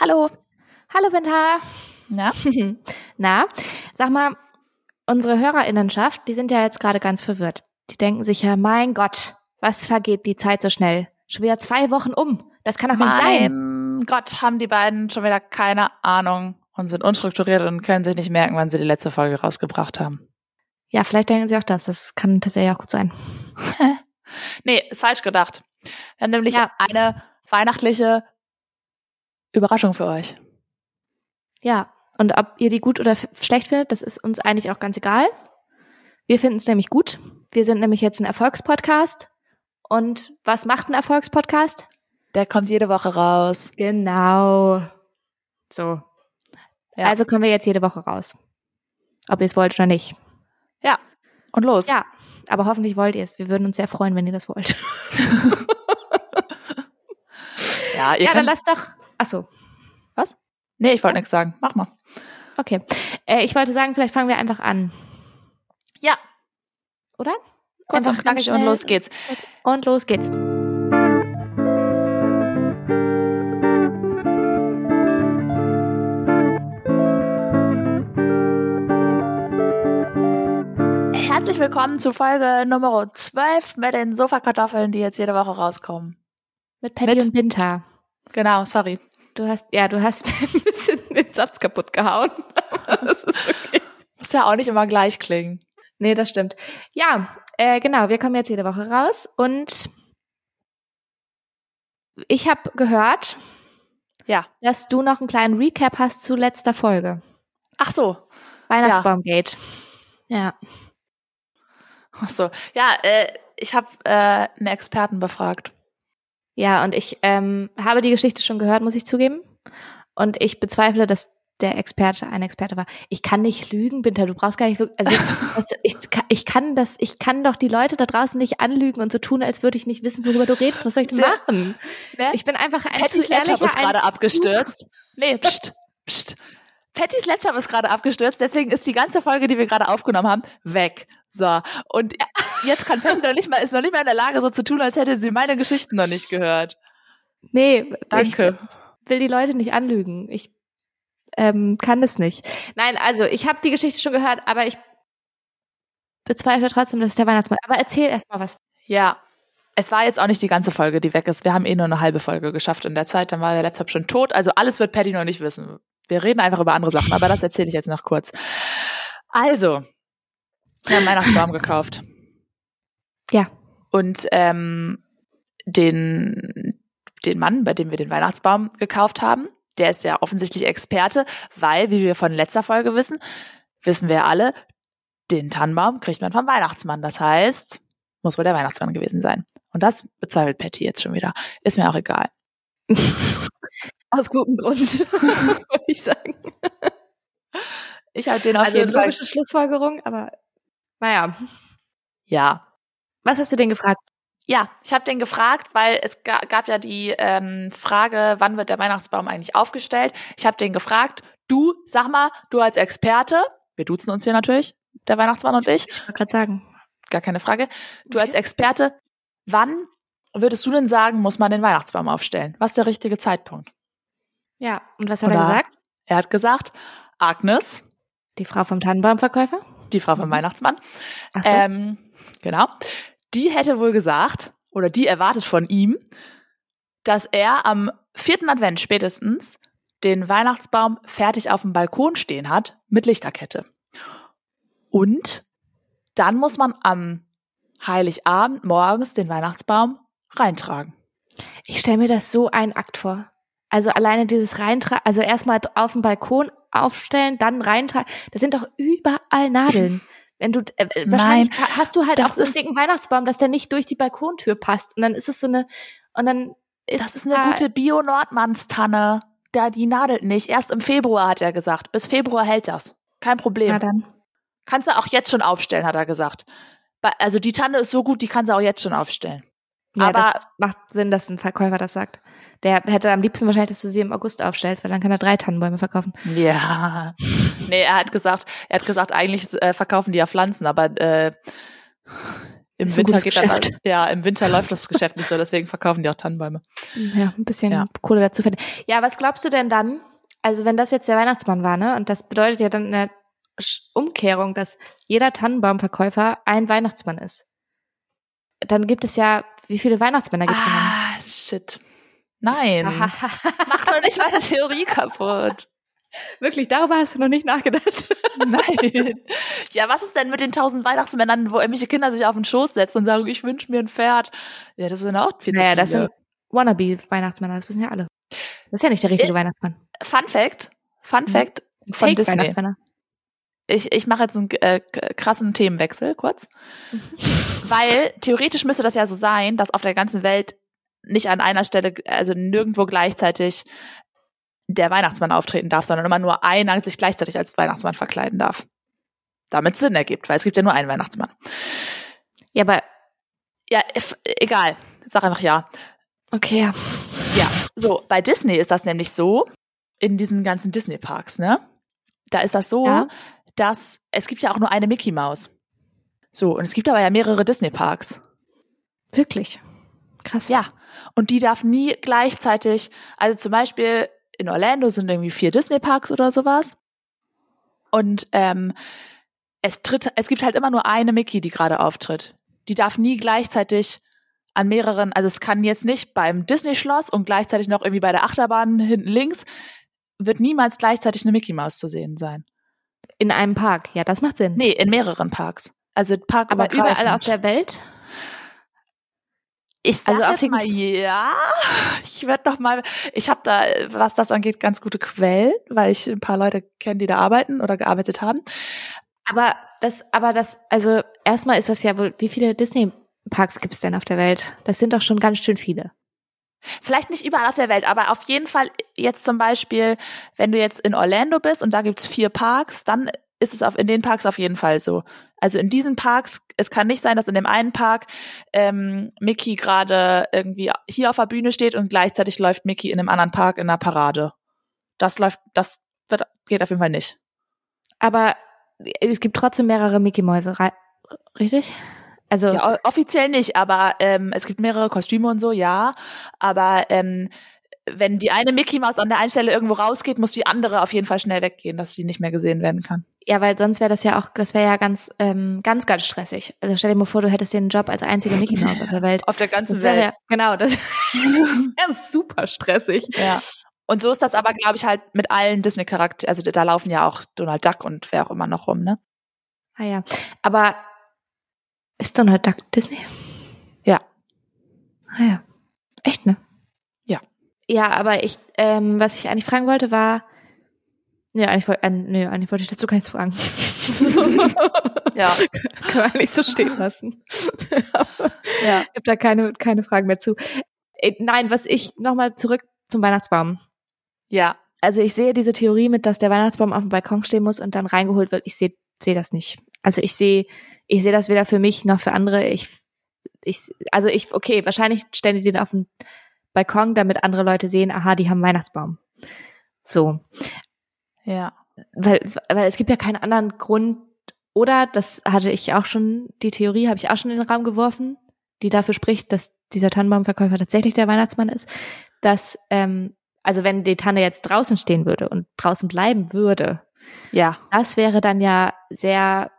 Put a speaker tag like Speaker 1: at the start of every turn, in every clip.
Speaker 1: Hallo.
Speaker 2: Hallo Binta.
Speaker 1: Na?
Speaker 2: Na, sag mal, unsere Hörerinnenschaft, die sind ja jetzt gerade ganz verwirrt. Die denken sich ja, mein Gott, was vergeht die Zeit so schnell? Schon wieder zwei Wochen um. Das kann doch nicht sein.
Speaker 1: Mein Gott, haben die beiden schon wieder keine Ahnung und sind unstrukturiert und können sich nicht merken, wann sie die letzte Folge rausgebracht haben.
Speaker 2: Ja, vielleicht denken sie auch das. Das kann tatsächlich auch gut sein.
Speaker 1: Nee, ist falsch gedacht. Wir haben nämlich
Speaker 2: Ja.
Speaker 1: eine weihnachtliche Überraschung für euch.
Speaker 2: Ja, und ob ihr die gut oder f- schlecht findet, das ist uns eigentlich auch ganz egal. Wir finden es nämlich gut. Wir sind nämlich jetzt ein Erfolgspodcast. Und was macht ein Erfolgspodcast?
Speaker 1: Der kommt jede Woche raus.
Speaker 2: Genau. So.
Speaker 1: Ja.
Speaker 2: Also kommen wir jetzt jede Woche raus. Ob ihr es wollt oder nicht.
Speaker 1: Ja. Und los.
Speaker 2: Ja, aber hoffentlich wollt ihr es. Wir würden uns sehr freuen, wenn ihr das wollt.
Speaker 1: Ja, ihr
Speaker 2: ja, dann
Speaker 1: könnt,
Speaker 2: lasst doch. Ach so,
Speaker 1: Nee, ich wollte nichts sagen. Mach mal.
Speaker 2: okay. Äh, ich wollte sagen, vielleicht fangen wir einfach an.
Speaker 1: Ja.
Speaker 2: Oder?
Speaker 1: Kurz
Speaker 2: Einfach
Speaker 1: und
Speaker 2: ganz
Speaker 1: knackig und
Speaker 2: schnell
Speaker 1: los geht's.
Speaker 2: Und los geht's.
Speaker 1: Herzlich willkommen zu Folge Nummer 12 mit den Sofakartoffeln, die jetzt jede Woche rauskommen.
Speaker 2: Mit Patty
Speaker 1: Mit-
Speaker 2: und Binta.
Speaker 1: Genau, sorry.
Speaker 2: Du hast, ja, du hast mir ein bisschen den Satz kaputt gehauen. Aber das ist okay.
Speaker 1: Muss ja auch nicht immer gleich klingen.
Speaker 2: Nee, das stimmt. Ja, äh, genau, wir kommen jetzt jede Woche raus und ich habe gehört,
Speaker 1: Ja.
Speaker 2: dass du noch einen kleinen Recap hast zu letzter Folge.
Speaker 1: Ach so,
Speaker 2: Weihnachtsbaumgate. Ja.
Speaker 1: Ach so. Ja, äh, ich habe äh, einen Experten befragt.
Speaker 2: Ja, und ich ähm, habe die Geschichte schon gehört, muss ich zugeben. Und ich bezweifle, dass der Experte ein Experte war. Ich kann nicht lügen, Binter. Du brauchst gar nicht. so- Also also ich, ka- ich kann das, ich kann doch die Leute da draußen nicht anlügen und so tun, als würde ich nicht wissen, worüber du redest. Was soll ich denn
Speaker 1: Sehr-
Speaker 2: machen?
Speaker 1: Ne?
Speaker 2: Ich bin einfach ein zu
Speaker 1: Pattys Laptop
Speaker 2: ehrlicher.
Speaker 1: ist
Speaker 2: ein
Speaker 1: gerade
Speaker 2: zu-
Speaker 1: abgestürzt. Nee, pst, pst. Pattys Laptop ist gerade abgestürzt, deswegen ist die ganze Folge, die wir gerade aufgenommen haben, weg. So. Und jetzt kann Patty noch nicht mal, ist noch nicht mal in der Lage, so zu tun, als hätte sie meine Geschichten noch nicht gehört.
Speaker 2: Nee,
Speaker 1: Danke.
Speaker 2: Ich will die Leute nicht anlügen. Ich ähm, kann es nicht. Nein, also ich habe die Geschichte schon gehört, aber ich bezweifle trotzdem, dass es der Weihnachtsmann. Aber erzähl erst mal was.
Speaker 1: Ja. Es war jetzt auch nicht die ganze Folge, die weg ist. Wir haben eh nur eine halbe Folge geschafft in der Zeit. Dann war der Laptop schon tot. Also alles wird Patty noch nicht wissen. Wir reden einfach über andere Sachen, aber das erzähle ich jetzt noch kurz. Also, wir haben Weihnachtsbaum gekauft.
Speaker 2: Ja.
Speaker 1: Und ähm, den, den Mann, bei dem wir den Weihnachtsbaum gekauft haben, der ist ja offensichtlich Experte, weil, wie wir von letzter Folge wissen, wissen wir alle, den Tannenbaum kriegt man vom Weihnachtsmann. Das heißt, muss wohl der Weihnachtsmann gewesen sein. Und das bezweifelt Patty jetzt schon wieder. Ist mir auch egal.
Speaker 2: Aus gutem Grund, würde ich sagen.
Speaker 1: Ich halte den auf
Speaker 2: Also
Speaker 1: jeden Fall.
Speaker 2: logische Schlussfolgerung, aber naja.
Speaker 1: Ja.
Speaker 2: Was hast du denn gefragt?
Speaker 1: Ja, ich habe den gefragt, weil es ga gab ja die ähm, Frage, wann wird der Weihnachtsbaum eigentlich aufgestellt? Ich habe den gefragt, du, sag mal, du als Experte, wir duzen uns hier natürlich, der Weihnachtsmann und ich,
Speaker 2: Ich wollte gerade sagen.
Speaker 1: gar keine Frage, du
Speaker 2: Okay.
Speaker 1: als Experte, wann würdest du denn sagen, muss man den Weihnachtsbaum aufstellen? Was ist der richtige Zeitpunkt?
Speaker 2: Ja, und was hat er
Speaker 1: Oder-
Speaker 2: gesagt?
Speaker 1: Er hat gesagt, Agnes,
Speaker 2: Die Frau vom Tannenbaumverkäufer? Äh,
Speaker 1: die Frau vom Weihnachtsmann,
Speaker 2: Ach so.
Speaker 1: Ähm, genau. Die hätte wohl gesagt, oder die erwartet von ihm, dass er am vierten Advent spätestens den Weihnachtsbaum fertig auf dem Balkon stehen hat mit Lichterkette. Und dann muss man am Heiligabend morgens den Weihnachtsbaum reintragen.
Speaker 2: Ich stelle mir das so ein Akt vor. Also alleine dieses Reintragen, also erstmal d- auf den Balkon aufstellen, dann reintragen. Das sind doch überall Nadeln. Wenn du äh, äh, wahrscheinlich ha- hast du halt
Speaker 1: das
Speaker 2: auch so einen
Speaker 1: ist-
Speaker 2: dicken Weihnachtsbaum, dass der nicht durch die Balkontür passt. Und dann ist es so eine und dann ist halt
Speaker 1: Das ist eine
Speaker 2: da-
Speaker 1: gute Bio-Nordmannstanne. Da die nadelt nicht. Erst im Februar hat er gesagt. Bis Februar hält das. Kein Problem.
Speaker 2: Na dann.
Speaker 1: Kannst du auch jetzt schon aufstellen, hat er gesagt. Ba- Also die Tanne ist so gut, die kannst du auch jetzt schon aufstellen.
Speaker 2: Ja,
Speaker 1: Aber-
Speaker 2: aber das macht Sinn, dass ein Verkäufer das sagt. Der hätte am liebsten wahrscheinlich, dass du sie im August aufstellst, weil dann kann er drei Tannenbäume verkaufen.
Speaker 1: Ja. Nee, er hat gesagt, er hat gesagt, eigentlich äh, verkaufen die ja Pflanzen, aber äh, Im
Speaker 2: Ist ein
Speaker 1: Winter
Speaker 2: gutes
Speaker 1: geht das,
Speaker 2: Geschäft.
Speaker 1: ja, im Winter läuft das Geschäft nicht so, deswegen verkaufen die auch Tannenbäume.
Speaker 2: Ja, ein bisschen
Speaker 1: Ja.
Speaker 2: Kohle dazu verdienen. Ja, was glaubst du denn dann? Also wenn das jetzt der Weihnachtsmann war, ne? Und das bedeutet ja dann in der Sch- Umkehrung, dass jeder Tannenbaumverkäufer ein Weihnachtsmann ist. Dann gibt es ja, wie viele Weihnachtsmänner gibt es
Speaker 1: Ah, shit.
Speaker 2: denn?
Speaker 1: Nein. Aha.
Speaker 2: Mach doch nicht meine Theorie
Speaker 1: Kaputt.
Speaker 2: Wirklich, darüber hast du noch nicht nachgedacht.
Speaker 1: Nein. Ja, was ist denn mit den tausend Weihnachtsmännern, wo irgendwelche Kinder sich auf den Schoß setzen und sagen, ich wünsche mir ein Pferd? Ja, das sind auch viel
Speaker 2: Naja,
Speaker 1: zu
Speaker 2: das
Speaker 1: viele.
Speaker 2: sind Wannabe-Weihnachtsmänner, das wissen ja alle. Das ist ja nicht der richtige
Speaker 1: Äh,
Speaker 2: Weihnachtsmann.
Speaker 1: Fun Fact. Fun
Speaker 2: Mhm.
Speaker 1: Fact von Disney.
Speaker 2: Fake-Weihnachtsmänner.
Speaker 1: Ich, ich mache jetzt einen äh, k- krassen Themenwechsel kurz. Weil theoretisch müsste das ja so sein, dass auf der ganzen Welt nicht an einer Stelle, also nirgendwo gleichzeitig der Weihnachtsmann auftreten darf, sondern immer nur einer sich gleichzeitig als Weihnachtsmann verkleiden darf. Damit Sinn ergibt, weil es gibt ja nur einen Weihnachtsmann.
Speaker 2: Ja, aber,
Speaker 1: Ja, if, egal. Sag einfach ja.
Speaker 2: okay, ja.
Speaker 1: Ja, so, bei Disney ist das nämlich so, in diesen ganzen Disney-Parks, ne? Da ist das so,
Speaker 2: Ja.
Speaker 1: dass es gibt ja auch nur eine Mickey Maus. So, und es gibt aber ja mehrere Disney-Parks.
Speaker 2: Wirklich. Krass.
Speaker 1: Ja. Und die darf nie gleichzeitig, also zum Beispiel in Orlando sind irgendwie vier Disney-Parks oder sowas. Und ähm, es tritt, es gibt halt immer nur eine Mickey, die gerade auftritt. Die darf nie gleichzeitig an mehreren, also es kann jetzt nicht beim Disney-Schloss und gleichzeitig noch irgendwie bei der Achterbahn hinten links, wird niemals gleichzeitig eine Mickey Maus zu sehen sein.
Speaker 2: In einem Park. Ja, das macht Sinn.
Speaker 1: Nee, in mehreren Parks. Also Park
Speaker 2: aber überall auf der Welt
Speaker 1: Ich sag
Speaker 2: Also auf
Speaker 1: jetzt
Speaker 2: den-
Speaker 1: mal ja. Ich werde noch mal. Ich habe da, was das angeht, ganz gute Quellen, weil ich ein paar Leute kenne, die da arbeiten oder gearbeitet haben.
Speaker 2: Aber das, aber das, also erstmal ist das ja wohl, wie viele Disney-Parks gibt's denn auf der Welt? Das sind doch schon ganz schön viele.
Speaker 1: Vielleicht nicht überall auf der Welt, aber auf jeden Fall jetzt zum Beispiel, wenn du jetzt in Orlando bist und da gibt's vier Parks, dann ist es auf, in den Parks auf jeden Fall so. Also in diesen Parks, es kann nicht sein, dass in dem einen Park ähm, Mickey gerade irgendwie hier auf der Bühne steht und gleichzeitig läuft Mickey in einem anderen Park in einer Parade. Das läuft, das wird, geht auf jeden Fall nicht.
Speaker 2: Aber es gibt trotzdem mehrere Mickey-Mäuse, rei- richtig? Also,
Speaker 1: Ja, o- offiziell nicht, aber ähm, es gibt mehrere Kostüme und so, ja. Aber ähm, wenn die eine Mickey Maus an der einen Stelle irgendwo rausgeht, muss die andere auf jeden Fall schnell weggehen, dass sie nicht mehr gesehen werden kann.
Speaker 2: ja, weil sonst wäre das ja auch, das wäre ja ganz, ähm, ganz, ganz stressig. Also stell dir mal vor, du hättest den Job als einzige Mickey-Maus auf der Welt.
Speaker 1: Auf der ganzen
Speaker 2: Das wäre
Speaker 1: Welt.
Speaker 2: ja, genau, das wäre super stressig.
Speaker 1: Ja. Und so ist das aber, glaube ich, halt mit allen Disney-Charakteren. Also da laufen ja auch Donald Duck und wer auch immer noch rum, ne?
Speaker 2: Ah ja, aber ist Donald Duck Disney?
Speaker 1: Ja.
Speaker 2: Ah ja, echt ne?
Speaker 1: Ja.
Speaker 2: Ja, aber ich, ähm, was ich eigentlich fragen wollte, war, nee, eigentlich, woll- äh, nee, eigentlich wollte ich dazu gar nichts fragen.
Speaker 1: Ja.
Speaker 2: Das kann man eigentlich so stehen lassen.
Speaker 1: ja.
Speaker 2: Ich habe da keine, keine Fragen mehr zu. Äh, Nein, was ich nochmal zurück zum Weihnachtsbaum.
Speaker 1: Ja.
Speaker 2: Also ich sehe diese Theorie mit, dass der Weihnachtsbaum auf dem Balkon stehen muss und dann reingeholt wird. Ich sehe sehe das nicht. Also ich sehe ich sehe das weder für mich noch für andere. Ich ich also ich okay, wahrscheinlich stellen die den auf den Balkon, damit andere Leute sehen, aha, die haben einen Weihnachtsbaum. So,
Speaker 1: Ja.
Speaker 2: weil weil es gibt ja keinen anderen Grund oder das hatte ich auch schon die Theorie habe ich auch schon in den Raum geworfen, die dafür spricht, dass dieser Tannenbaumverkäufer tatsächlich der Weihnachtsmann ist, dass ähm, also wenn die Tanne jetzt draußen stehen würde und draußen bleiben würde,
Speaker 1: Ja.
Speaker 2: das wäre dann ja sehr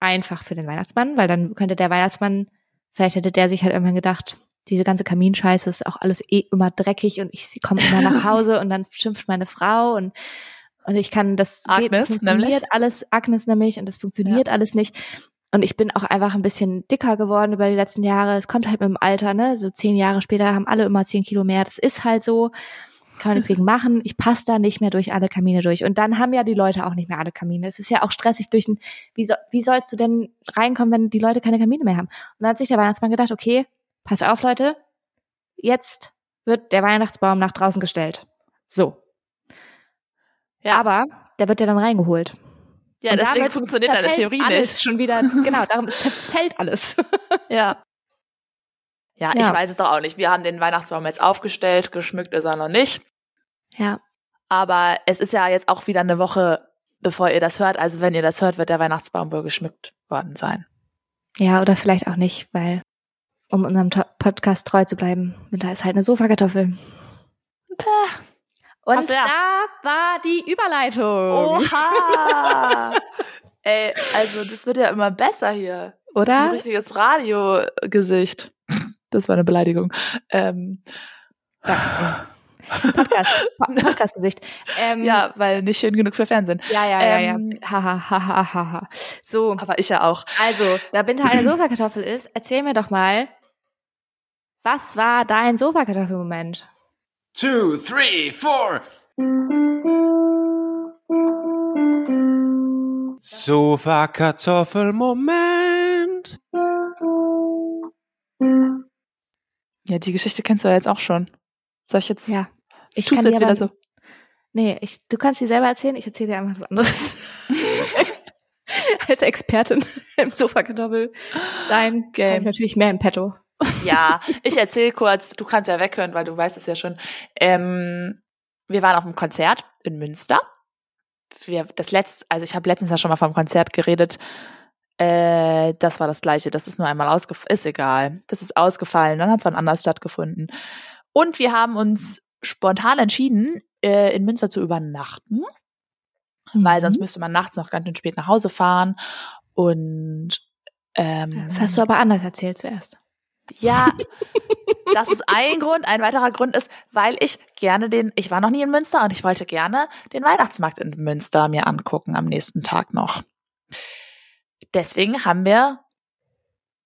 Speaker 2: einfach für den Weihnachtsmann, weil dann könnte der Weihnachtsmann, vielleicht hätte der sich halt irgendwann gedacht, diese ganze Kaminscheiße ist auch alles eh immer dreckig und ich komme immer nach Hause und dann schimpft meine Frau und und ich kann das geht-
Speaker 1: Agnes
Speaker 2: funktioniert
Speaker 1: nämlich.
Speaker 2: alles Agnes nämlich und das funktioniert alles nicht und ich bin auch einfach ein bisschen dicker geworden über die letzten Jahre. Es kommt halt mit dem Alter, ne? So zehn Jahre später haben alle immer zehn Kilo mehr. Das ist halt so. Kann man nichts gegen machen. Ich passe da nicht mehr durch alle Kamine durch. Und dann haben ja die Leute auch nicht mehr alle Kamine. Es ist ja auch stressig durch ein, wie, so, wie sollst du denn reinkommen, wenn die Leute keine Kamine mehr haben? Und dann hat sich der Weihnachtsmann gedacht, okay, pass auf, Leute. Jetzt wird der Weihnachtsbaum nach draußen gestellt. So.
Speaker 1: Ja.
Speaker 2: Aber der wird ja dann reingeholt.
Speaker 1: Ja,
Speaker 2: Und
Speaker 1: deswegen
Speaker 2: damit
Speaker 1: funktioniert deine
Speaker 2: zerfällt
Speaker 1: Theorie
Speaker 2: alles
Speaker 1: nicht.
Speaker 2: schon wieder. Genau, darum zerfällt alles.
Speaker 1: Ja. Ja, ich
Speaker 2: Ja.
Speaker 1: weiß es doch auch nicht. Wir haben den Weihnachtsbaum jetzt aufgestellt, geschmückt ist er noch nicht.
Speaker 2: Ja.
Speaker 1: Aber es ist ja jetzt auch wieder eine Woche, bevor ihr das hört. Also wenn ihr das hört, wird der Weihnachtsbaum wohl geschmückt worden sein.
Speaker 2: Ja, oder vielleicht auch nicht, weil um unserem To- Podcast treu zu bleiben, Winter ist halt eine Sofakartoffel. Und
Speaker 1: Ach so, ja. Oh.
Speaker 2: da war die Überleitung,
Speaker 1: Oha! Ey, also das wird ja immer besser hier. Das ist ein
Speaker 2: oder?
Speaker 1: richtiges Radiogesicht. Das war eine Beleidigung. Ähm,
Speaker 2: Danke. Podcast, Po- Podcast-Gesicht. Ähm,
Speaker 1: ja, weil nicht schön genug für Fernsehen.
Speaker 2: ja, ja,
Speaker 1: ähm,
Speaker 2: ja. Ha, ha, ha, ha, ha, ha. So,
Speaker 1: Aber ich ja auch.
Speaker 2: also, da Winter eine Sofakartoffel ist, erzähl mir doch mal, was war dein Sofakartoffelmoment?
Speaker 3: two, three, four. Sofa Kartoffelmoment.
Speaker 1: Ja, die Geschichte kennst du ja jetzt auch schon. Soll ich jetzt?
Speaker 2: Ja. Ich
Speaker 1: Tust du
Speaker 2: dir
Speaker 1: jetzt
Speaker 2: aber-
Speaker 1: wieder so.
Speaker 2: Nee, ich, du kannst sie selber erzählen, ich erzähle dir einfach was anderes. Als Expertin im Sofakartoffel sein
Speaker 1: Game.
Speaker 2: Game. natürlich mehr im Petto.
Speaker 1: Ja, ich erzähle kurz, du kannst ja weghören, weil du weißt es ja schon. Ähm, wir waren auf einem Konzert in Münster. Wir, das letzte, also ich habe letztens ja schon mal vom Konzert geredet. Äh, das war das gleiche, das ist nur einmal ausgefallen, ist egal. Das ist ausgefallen, dann hat es wann anders stattgefunden. Und wir haben uns spontan entschieden, äh, in Münster zu übernachten weil
Speaker 2: Mhm.
Speaker 1: sonst müsste man nachts noch ganz schön spät nach Hause fahren. Und ähm,
Speaker 2: Das hast du aber anders erzählt zuerst.
Speaker 1: ja, das ist ein Grund. Ein weiterer Grund ist, weil ich gerne den, ich war noch nie in Münster und ich wollte gerne den Weihnachtsmarkt in Münster mir angucken am nächsten Tag noch. Deswegen haben wir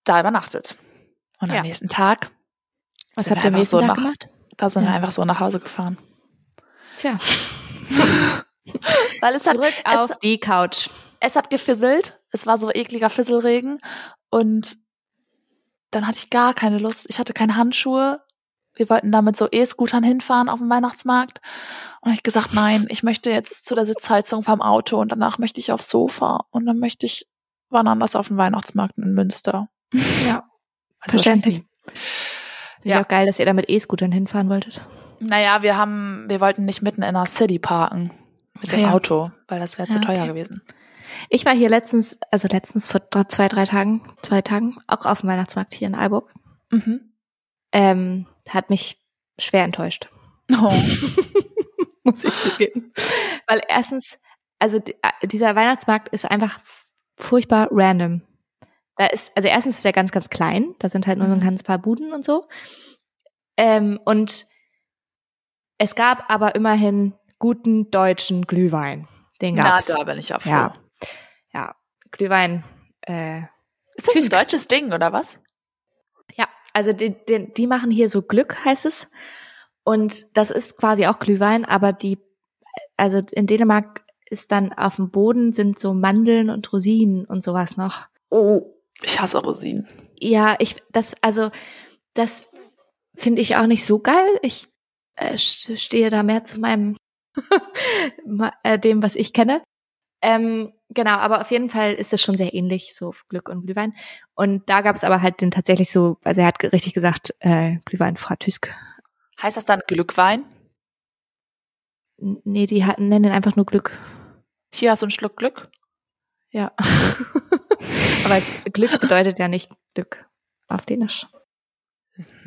Speaker 1: da übernachtet. Und am
Speaker 2: Ja.
Speaker 1: nächsten Tag,
Speaker 2: Was
Speaker 1: Sind
Speaker 2: habt
Speaker 1: wir
Speaker 2: ihr am
Speaker 1: einfach
Speaker 2: nächsten
Speaker 1: so
Speaker 2: Tag
Speaker 1: nach-
Speaker 2: gemacht?
Speaker 1: da sind wir
Speaker 2: Ja.
Speaker 1: einfach so nach Hause gefahren.
Speaker 2: Tja,
Speaker 1: Weil es hat,
Speaker 2: zurück
Speaker 1: es,
Speaker 2: auf die Couch.
Speaker 1: es hat gefisselt. Es war so ekliger Fisselregen. Und dann hatte ich gar keine Lust. Ich hatte keine Handschuhe. Wir wollten damit so E-Scootern hinfahren auf dem Weihnachtsmarkt. Und hab ich gesagt, nein, ich möchte jetzt zu der Sitzheizung vom Auto und danach möchte ich aufs Sofa und dann möchte ich wann anders auf dem Weihnachtsmarkt in Münster.
Speaker 2: Ja,
Speaker 1: Also
Speaker 2: verständlich. Ja.
Speaker 1: Ja.
Speaker 2: Ist auch geil, dass ihr da mit E-Scootern hinfahren wolltet.
Speaker 1: Naja, wir haben, wir wollten nicht mitten in der City parken mit dem
Speaker 2: Ah ja.
Speaker 1: Auto, weil das wäre zu
Speaker 2: Ah,
Speaker 1: teuer
Speaker 2: okay.
Speaker 1: gewesen.
Speaker 2: Ich war hier letztens, also letztens vor dr- zwei, drei Tagen, zwei Tagen, auch auf dem Weihnachtsmarkt hier in Alburg.
Speaker 1: Mhm.
Speaker 2: Ähm, hat mich schwer enttäuscht.
Speaker 1: Oh.
Speaker 2: muss ich zugeben. Weil erstens, also di- äh, dieser Weihnachtsmarkt ist einfach f- furchtbar random. Da ist, also erstens ist er ganz, ganz klein. Da sind halt nur so ein
Speaker 1: Mhm.
Speaker 2: ganz paar Buden und so. Ähm, und es gab aber immerhin guten deutschen Glühwein. Den
Speaker 1: Na,
Speaker 2: gab's.
Speaker 1: da bin ich ja froh.
Speaker 2: ja. Ja. Glühwein, äh,
Speaker 1: Ist das ein deutsches Ding oder was?
Speaker 2: Ja, also die, die, die machen hier so Glück, heißt es. Und das ist quasi auch Glühwein, aber die, also in Dänemark ist dann auf dem Boden sind so Mandeln und Rosinen und sowas noch.
Speaker 1: Oh. Ich hasse Rosinen.
Speaker 2: Ja, ich, das, also, das finde ich auch nicht so geil. Ich äh, st- stehe da mehr zu meinem, ma- äh, dem, was ich kenne. Ähm, genau, aber auf jeden Fall ist es schon sehr ähnlich, so Glück und Glühwein. Und da gab es aber halt den tatsächlich so, also er hat ge- richtig gesagt, äh, Glühwein Fratüsk.
Speaker 1: Heißt das dann Glückwein?
Speaker 2: N- Nee, die ha- nennen ihn einfach nur Glück.
Speaker 1: Hier hast du einen Schluck Glück.
Speaker 2: Ja. aber es, Glück bedeutet ja nicht Glück auf Dänisch.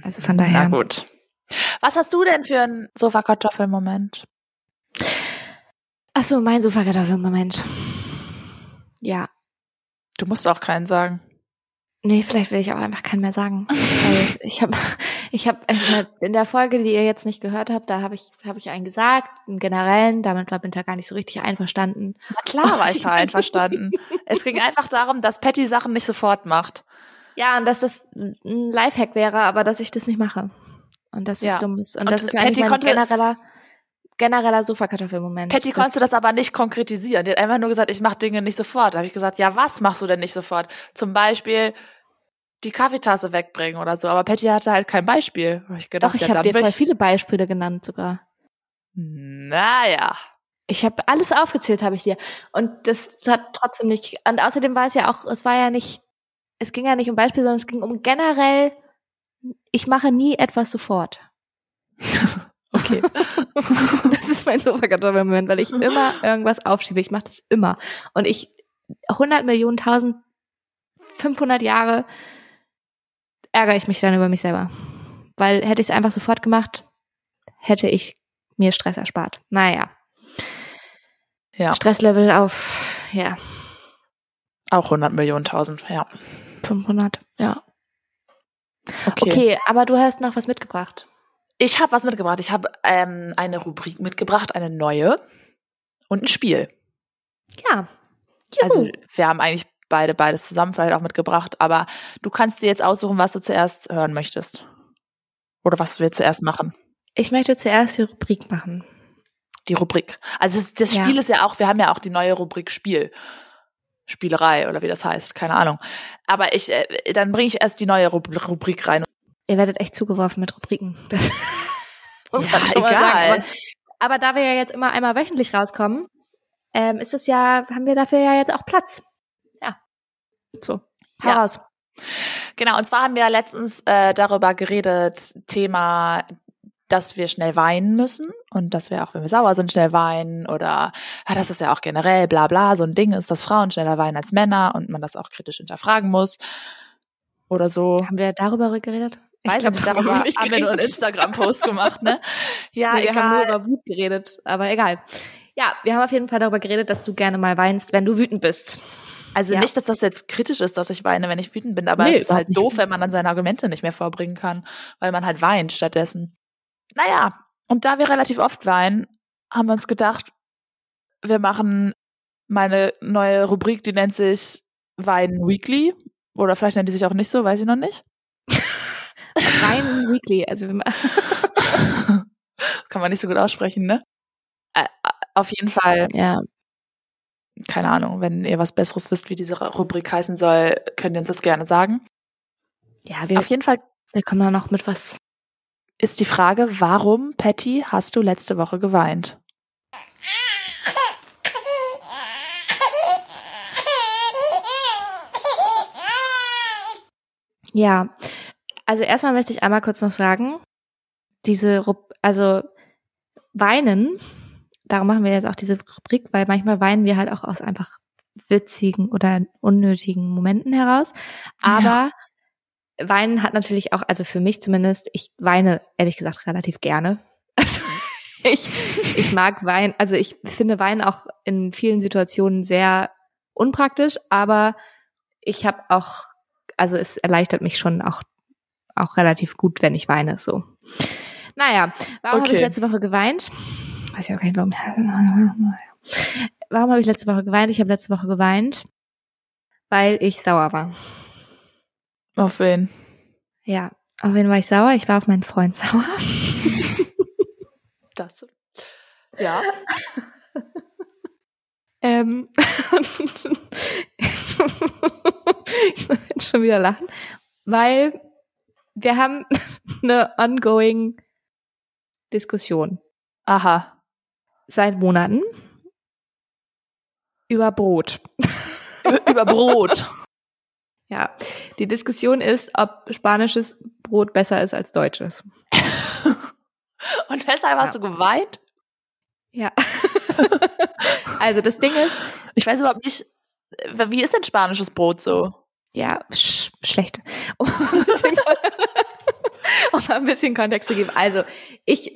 Speaker 2: Also von daher.
Speaker 1: gut. Was hast du denn für einen Sofakartoffelmoment?
Speaker 2: Ach so, mein Sofakartoffelmoment. Ja.
Speaker 1: Du musst auch keinen sagen.
Speaker 2: Nee, vielleicht will ich auch einfach keinen mehr sagen. Weil ich habe ich hab in der- in der Folge, die ihr jetzt nicht gehört habt, da habe ich, hab ich einen gesagt, einen generellen, damit war Binter gar nicht so richtig einverstanden.
Speaker 1: Na klar war ich da einverstanden. Es ging einfach darum, dass Patty Sachen nicht sofort macht.
Speaker 2: Ja, und dass das ein Lifehack wäre, aber dass ich das nicht mache. Und dass
Speaker 1: Ja.
Speaker 2: es dumm ist. Und,
Speaker 1: Und
Speaker 2: das ist eigentlich
Speaker 1: Patty
Speaker 2: mein
Speaker 1: konnte-
Speaker 2: genereller, genereller Sofakartoffelmoment.
Speaker 1: Patty
Speaker 2: Das-
Speaker 1: konnte das aber nicht konkretisieren. Die hat einfach nur gesagt, ich mache Dinge nicht sofort. Da habe ich gesagt, ja, was machst du denn nicht sofort? Zum Beispiel die Kaffeetasse wegbringen oder so. Aber Patty hatte halt kein Beispiel. Da hab Ich gedacht,
Speaker 2: Doch, ich
Speaker 1: ja,
Speaker 2: habe
Speaker 1: dann
Speaker 2: dir
Speaker 1: bin
Speaker 2: voll
Speaker 1: ich-
Speaker 2: viele Beispiele genannt sogar.
Speaker 1: Naja.
Speaker 2: Ich habe alles aufgezählt, habe ich dir. Und das hat trotzdem nicht. Und außerdem war es ja auch, es war ja nicht, es ging ja nicht um Beispiel, sondern es ging um generell, ich mache nie etwas sofort.
Speaker 1: Okay.
Speaker 2: Das ist mein Sofakartoffelmoment, weil ich immer irgendwas aufschiebe. Ich mache das immer. Und ich 100 Millionen, 1000 500 Jahre ärgere ich mich dann über mich selber. Weil hätte ich es einfach sofort gemacht, hätte ich mir Stress erspart. Naja.
Speaker 1: Ja.
Speaker 2: Stresslevel auf, ja,
Speaker 1: Auch 100 Millionen tausend, ja.
Speaker 2: 500, ja. Okay. aber du hast noch was mitgebracht.
Speaker 1: Ich habe was mitgebracht. Ich habe ähm, eine Rubrik mitgebracht, eine neue und ein Spiel.
Speaker 2: Ja.
Speaker 1: Also wir haben eigentlich beide beides zusammen vielleicht auch mitgebracht, aber du kannst dir jetzt aussuchen, was du zuerst hören möchtest. Oder was wir zuerst machen.
Speaker 2: ich möchte zuerst die Rubrik machen.
Speaker 1: Die Rubrik. Also das, das
Speaker 2: Ja.
Speaker 1: Spiel ist ja auch, wir haben ja auch die neue Rubrik Spiel. Spielerei oder wie das heißt, keine Ahnung. Aber ich, äh, dann bringe ich erst die neue Rub- Rubrik rein.
Speaker 2: Ihr werdet echt zugeworfen mit Rubriken. Das muss man
Speaker 1: Ja,
Speaker 2: schon mal
Speaker 1: egal.
Speaker 2: sagen. Aber, aber da wir ja jetzt immer einmal wöchentlich rauskommen, ähm, ist es ja, haben wir dafür ja jetzt auch Platz. Ja. So. Hau
Speaker 1: Ja.
Speaker 2: raus.
Speaker 1: Genau, und zwar haben wir letztens äh, darüber geredet, Thema, dass wir schnell weinen müssen und dass wir auch, wenn wir sauer sind, schnell weinen oder ja, das ist ja auch generell, bla bla, so ein Ding ist, dass Frauen schneller weinen als Männer und man das auch kritisch hinterfragen muss oder so.
Speaker 2: Haben wir darüber geredet?
Speaker 1: Weiß
Speaker 2: glaub,
Speaker 1: ich nicht, darüber
Speaker 2: nicht
Speaker 1: haben wir nur einen
Speaker 2: geredet.
Speaker 1: Instagram-Post gemacht, ne? Ja,
Speaker 2: Nee, wir haben
Speaker 1: egal.
Speaker 2: nur über Wut geredet, aber egal. Ja, wir haben auf jeden Fall darüber geredet, dass du gerne mal weinst, wenn du wütend bist.
Speaker 1: Also
Speaker 2: Ja.
Speaker 1: nicht, dass das jetzt kritisch ist, dass ich weine, wenn ich wütend bin, aber
Speaker 2: Nee,
Speaker 1: es ist
Speaker 2: überhaupt
Speaker 1: halt
Speaker 2: nicht.
Speaker 1: doof, wenn man dann seine Argumente nicht mehr vorbringen kann, weil man halt weint stattdessen. Naja, und da wir relativ oft weinen, haben wir uns gedacht, wir machen meine neue Rubrik, die nennt sich Weinen Weekly. Oder vielleicht nennt die sich auch nicht so, weiß ich noch nicht.
Speaker 2: Weinen Weekly, also wir ma-
Speaker 1: Kann man nicht so gut aussprechen, ne? Äh, auf jeden Fall,
Speaker 2: ja,
Speaker 1: keine Ahnung, wenn ihr was Besseres wisst, wie diese Rubrik heißen soll, könnt ihr uns das gerne sagen.
Speaker 2: ja, wir,
Speaker 1: Auf jeden Fall
Speaker 2: wir kommen da noch mit was.
Speaker 1: ist die Frage, warum, Patty, hast du letzte Woche geweint?
Speaker 2: Ja, also erstmal möchte ich einmal kurz noch sagen, diese, Rub- also weinen, darum machen wir jetzt auch diese Rubrik, weil manchmal weinen wir halt auch aus einfach witzigen oder unnötigen Momenten heraus. Aber weinen hat natürlich auch, also für mich zumindest, ich weine ehrlich gesagt relativ gerne. Also ich, ich mag Wein, also ich finde Wein auch in vielen Situationen sehr unpraktisch, aber ich habe auch, also es erleichtert mich schon auch, auch relativ gut, wenn ich weine, so. Naja, warum habe ich
Speaker 1: Okay.
Speaker 2: letzte Woche geweint? Weiß ich auch gar nicht, warum. Warum habe ich letzte Woche geweint? Ich habe letzte Woche geweint, weil ich sauer war.
Speaker 1: Auf wen?
Speaker 2: Ja, auf wen war ich sauer? Ich war auf meinen Freund sauer.
Speaker 1: Das. Ja.
Speaker 2: Ähm, ich muss jetzt schon wieder lachen, weil wir haben eine ongoing Diskussion
Speaker 1: Aha.
Speaker 2: seit Monaten über Brot.
Speaker 1: Ü- Über Brot.
Speaker 2: Ja, die Diskussion ist, ob spanisches Brot besser ist als deutsches.
Speaker 1: Und deshalb hast
Speaker 2: Ja.
Speaker 1: du geweint?
Speaker 2: Ja. also das Ding ist,
Speaker 1: Ich weiß überhaupt nicht, äh, wie ist denn spanisches Brot so?
Speaker 2: ja, sch schlecht. Um ein bisschen, um ein bisschen Kontext zu geben. Also, ich,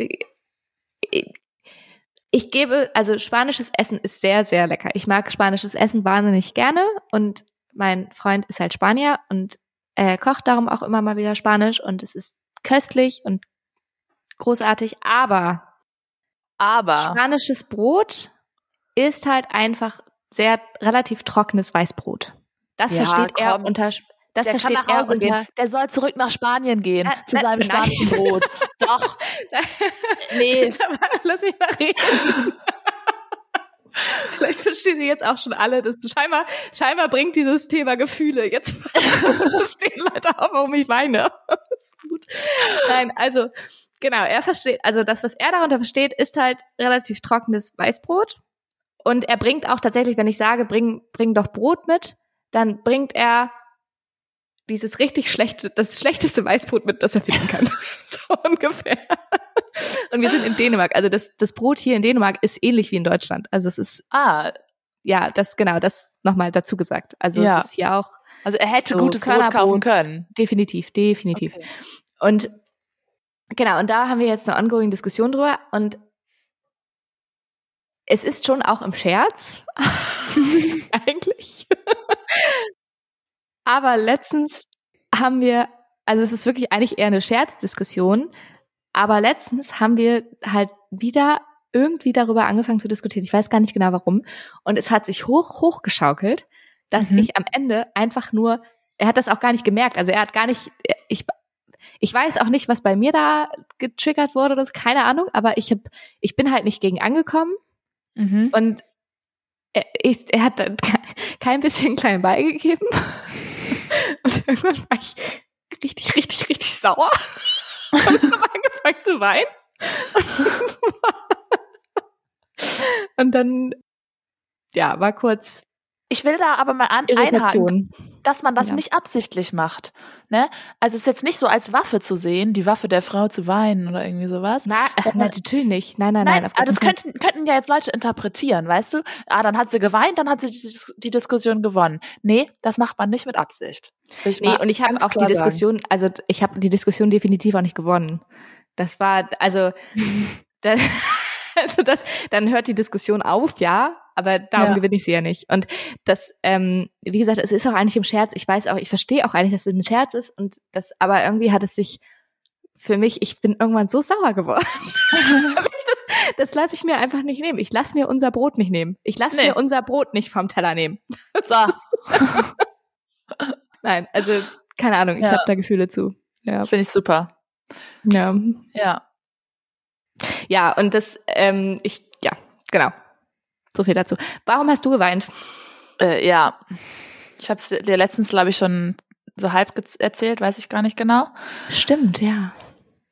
Speaker 2: ich, ich gebe, also spanisches Essen ist sehr, sehr lecker. Ich mag spanisches Essen wahnsinnig gerne und mein Freund ist halt Spanier und äh, kocht darum auch immer mal wieder Spanisch und es ist köstlich und großartig, aber
Speaker 1: Aber.
Speaker 2: Spanisches Brot ist halt einfach sehr relativ trockenes Weißbrot. Das
Speaker 1: Ja,
Speaker 2: versteht er
Speaker 1: komm.
Speaker 2: unter das
Speaker 1: der kann
Speaker 2: versteht
Speaker 1: nach
Speaker 2: er
Speaker 1: Hause
Speaker 2: unter
Speaker 1: gehen. Der soll zurück nach Spanien gehen.
Speaker 2: Äh,
Speaker 1: zu
Speaker 2: äh,
Speaker 1: seinem
Speaker 2: nein.
Speaker 1: spanischen Brot. Doch. Nee.
Speaker 2: Lass mich mal reden. Vielleicht verstehen ihr jetzt auch schon alle, dass scheinbar, scheinbar bringt dieses Thema Gefühle. Jetzt verstehen Leute auch, warum ich weine. ist gut. Nein, also genau, er versteht, also das, was er darunter versteht, ist halt relativ trockenes Weißbrot. Und er bringt auch tatsächlich, wenn ich sage, bring, bring doch Brot mit, dann bringt er dieses richtig schlechte, das schlechteste Weißbrot mit, das er finden kann. so ungefähr. Und wir sind in Dänemark. Also das, das Brot hier in Dänemark ist ähnlich wie in Deutschland. Also es ist,
Speaker 1: Ah,
Speaker 2: ja, das genau, das nochmal dazu gesagt. Also
Speaker 1: Ja.
Speaker 2: es ist hier auch
Speaker 1: Also er hätte
Speaker 2: So,
Speaker 1: gutes Brot kaufen
Speaker 2: Körnerbrot.
Speaker 1: können.
Speaker 2: definitiv, definitiv.
Speaker 1: Okay.
Speaker 2: Und genau, und da haben wir jetzt eine ongoing Diskussion drüber und es ist schon auch im Scherz, eigentlich. Aber letztens haben wir, also es ist wirklich eigentlich eher eine Scherzdiskussion, aber letztens haben wir halt wieder irgendwie darüber angefangen zu diskutieren. Ich weiß gar nicht genau warum. Und es hat sich hoch, hoch geschaukelt, dass
Speaker 1: Mhm.
Speaker 2: ich am Ende einfach nur, er hat das auch gar nicht gemerkt. Also er hat gar nicht, ich, ich weiß auch nicht, was bei mir da getriggert wurde oder so, keine Ahnung, aber ich hab, ich bin halt nicht gegen angekommen
Speaker 1: Mhm.
Speaker 2: und er, ich, er hat dann ke- kein bisschen klein beigegeben. Und irgendwann war ich richtig, richtig, richtig sauer. Und habe angefangen zu weinen. Und dann, ja, war kurz
Speaker 1: Ich will da aber mal an einhaken,
Speaker 2: Irritation.
Speaker 1: dass man das
Speaker 2: Ja.
Speaker 1: nicht absichtlich macht. Ne? Also es ist jetzt nicht so als Waffe zu sehen, die Waffe der Frau zu weinen oder irgendwie sowas.
Speaker 2: Na, ach, na, natürlich nicht. Nein, nein, nein.
Speaker 1: Nein,
Speaker 2: auf
Speaker 1: aber das
Speaker 2: keinen Fall.
Speaker 1: könnten, könnten ja jetzt Leute interpretieren, weißt du? Ah, dann hat sie geweint, dann hat sie die, Dis- die Diskussion gewonnen. Nee, das macht man nicht mit Absicht. Will ich
Speaker 2: Nee,
Speaker 1: mal
Speaker 2: und ich habe
Speaker 1: ganz
Speaker 2: auch die
Speaker 1: klar sagen.
Speaker 2: Diskussion, also ich habe die Diskussion definitiv auch nicht gewonnen. Das war, also, da, also das, dann hört die Diskussion auf, ja, aber darum
Speaker 1: Ja.
Speaker 2: gewinne ich sie ja nicht. Und das, ähm, wie gesagt, es ist auch eigentlich im Scherz. Ich weiß auch, ich verstehe auch eigentlich, dass es ein Scherz ist und das, aber irgendwie hat es sich für mich, ich bin irgendwann so sauer geworden. Weil ich das das lasse ich mir einfach nicht nehmen. Ich lasse mir unser Brot nicht nehmen. Ich lasse
Speaker 1: Nee.
Speaker 2: mir unser Brot nicht vom Teller nehmen.
Speaker 1: So,
Speaker 2: Nein, also keine Ahnung, ich
Speaker 1: Ja.
Speaker 2: habe da Gefühle zu. Ja.
Speaker 1: finde ich super.
Speaker 2: ja.
Speaker 1: Ja.
Speaker 2: Ja, und das, ähm, ich, ja, genau. So viel dazu. Warum hast du geweint?
Speaker 1: Äh, ja. Ich habe es dir letztens, glaube ich, schon so halb gez- erzählt, weiß ich gar nicht genau.
Speaker 2: Stimmt, ja.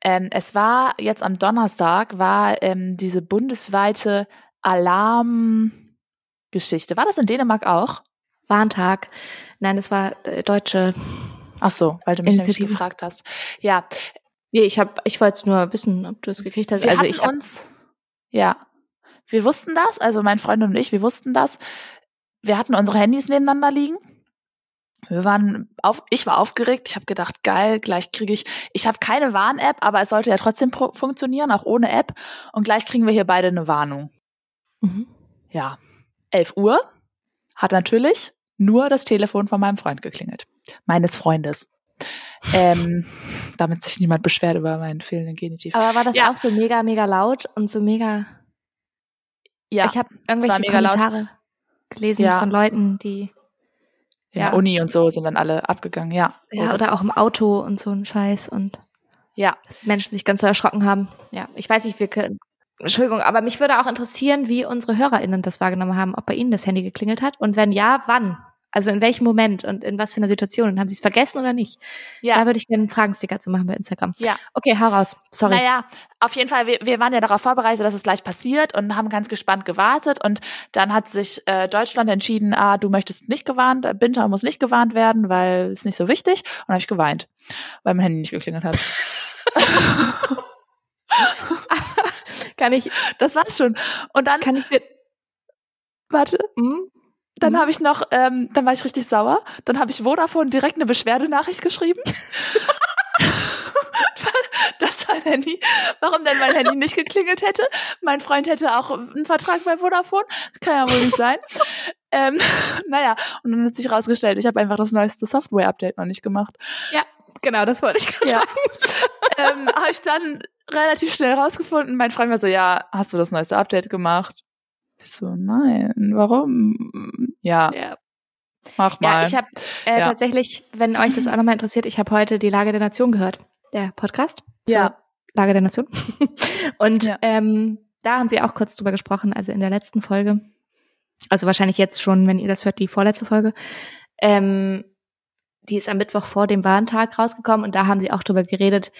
Speaker 1: Ähm, es war jetzt am Donnerstag, war ähm, diese bundesweite Alarmgeschichte. War das in Dänemark auch?
Speaker 2: Warntag. Nein, das war äh, deutsche.
Speaker 1: Ach so, weil du mich nämlich
Speaker 2: Initiative.
Speaker 1: gefragt hast. Ja,
Speaker 2: Nee, ich hab, ich wollte nur wissen, ob du es gekriegt hast.
Speaker 1: wir
Speaker 2: also
Speaker 1: hatten
Speaker 2: ich hab,
Speaker 1: uns, ja, wir wussten das, also mein Freund und ich, wir wussten das. Wir hatten unsere Handys nebeneinander liegen. Wir waren auf, ich war aufgeregt. Ich habe gedacht, geil, gleich kriege ich. Ich habe keine Warn-App, aber es sollte ja trotzdem pro- funktionieren, auch ohne App. Und gleich kriegen wir hier beide eine Warnung.
Speaker 2: Mhm.
Speaker 1: ja, 11 Uhr hat natürlich nur das Telefon von meinem Freund geklingelt. Meines Freundes. Ähm, damit sich niemand beschwert über meinen fehlenden Genitiv.
Speaker 2: Aber war das
Speaker 1: Ja.
Speaker 2: auch so mega, mega laut und so mega.
Speaker 1: Ja,
Speaker 2: ich habe irgendwelche
Speaker 1: mega laut.
Speaker 2: Kommentare gelesen
Speaker 1: Ja.
Speaker 2: von Leuten, die
Speaker 1: in
Speaker 2: ja.
Speaker 1: der Uni und so sind dann alle abgegangen, ja.
Speaker 2: ja,
Speaker 1: Oh, das-
Speaker 2: oder auch im Auto und so ein Scheiß und
Speaker 1: ja.
Speaker 2: dass Menschen sich ganz so erschrocken haben. Ja, ich weiß nicht, wir können. Entschuldigung, aber mich würde auch interessieren, wie unsere HörerInnen das wahrgenommen haben, ob bei ihnen das Handy geklingelt hat und wenn ja, wann? Also in welchem Moment und in was für einer Situation? Und haben sie es vergessen oder nicht? Da
Speaker 1: Ja,
Speaker 2: würde ich gerne einen Fragensticker zu machen bei Instagram.
Speaker 1: ja.
Speaker 2: Okay, hau raus. Sorry.
Speaker 1: Naja, auf jeden Fall, wir, wir waren ja darauf vorbereitet, dass es gleich passiert und haben ganz gespannt gewartet. Und dann hat sich äh, Deutschland entschieden, ah, du möchtest nicht gewarnt, äh, Binter muss nicht gewarnt werden, weil es nicht so wichtig. Und habe ich geweint, weil mein Handy nicht geklingelt hat.
Speaker 2: Kann ich,
Speaker 1: Das war's schon. Und dann,
Speaker 2: kann ich, mit-
Speaker 1: warte,
Speaker 2: hm?
Speaker 1: dann
Speaker 2: Mhm.
Speaker 1: habe ich noch, ähm, dann war ich richtig sauer. Dann habe ich Vodafone direkt eine Beschwerdenachricht geschrieben. Dass mein Handy, warum denn mein Handy nicht geklingelt hätte. Mein Freund hätte auch einen Vertrag bei Vodafone. Das kann ja wohl nicht sein. ähm, naja, und dann hat sich rausgestellt, ich habe einfach das neueste Software-Update noch nicht gemacht.
Speaker 2: genau, das wollte ich gerade
Speaker 1: Ja.
Speaker 2: sagen.
Speaker 1: ähm, habe ich dann relativ schnell rausgefunden. Mein Freund war so, ja, hast du das neueste Update gemacht? Ich so, nein, warum? Ja,
Speaker 2: Ja.
Speaker 1: mach mal.
Speaker 2: Ja, ich habe äh,
Speaker 1: Ja.
Speaker 2: tatsächlich, wenn euch das auch nochmal interessiert, ich habe heute die Lage der Nation gehört, der Podcast zur
Speaker 1: Ja.
Speaker 2: Lage der Nation. Und
Speaker 1: Ja.
Speaker 2: ähm, da haben sie auch kurz drüber gesprochen, also in der letzten Folge. Also wahrscheinlich jetzt schon, wenn ihr das hört, die vorletzte Folge. Ähm, die ist am Mittwoch vor dem Warntag rausgekommen und da haben sie auch drüber geredet,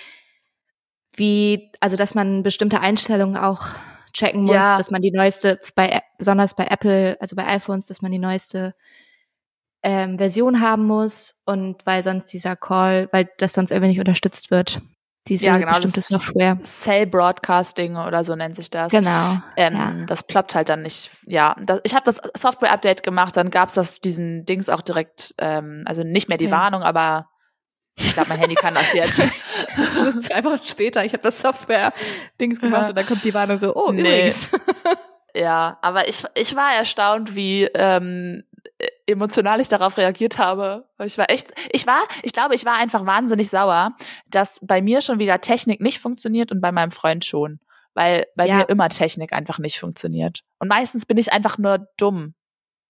Speaker 2: wie, also dass man bestimmte Einstellungen auch checken muss,
Speaker 1: Ja.
Speaker 2: dass man die neueste, bei, besonders bei Apple, also bei iPhones, dass man die neueste ähm, Version haben muss und weil sonst dieser Call, weil das sonst irgendwie nicht unterstützt wird, Diese
Speaker 1: Ja, genau,
Speaker 2: bestimmte
Speaker 1: das-
Speaker 2: Software.
Speaker 1: Cell Broadcasting oder so nennt sich das.
Speaker 2: Genau.
Speaker 1: Ähm,
Speaker 2: ja.
Speaker 1: Das ploppt halt dann nicht. Ja, das, ich habe das Software-Update gemacht, dann gab's das diesen Dings auch direkt, ähm, also nicht mehr die
Speaker 2: Ja.
Speaker 1: Warnung, aber ich glaube, mein Handy kann das jetzt.
Speaker 2: So zwei Wochen später, ich habe das Software-Dings
Speaker 1: gemacht
Speaker 2: gemacht
Speaker 1: und
Speaker 2: und dann kommt die Warnung so, oh,
Speaker 1: Nee. übrigens.
Speaker 2: übrigens.
Speaker 1: Ja, aber ich, ich war erstaunt, wie ähm, emotional ich darauf reagiert habe. Ich war echt, ich war, ich glaube, ich war einfach wahnsinnig sauer, dass bei mir schon wieder Technik nicht funktioniert und bei meinem Freund schon. Weil bei
Speaker 2: Ja.
Speaker 1: mir immer Technik einfach nicht funktioniert. Und meistens bin ich einfach nur dumm.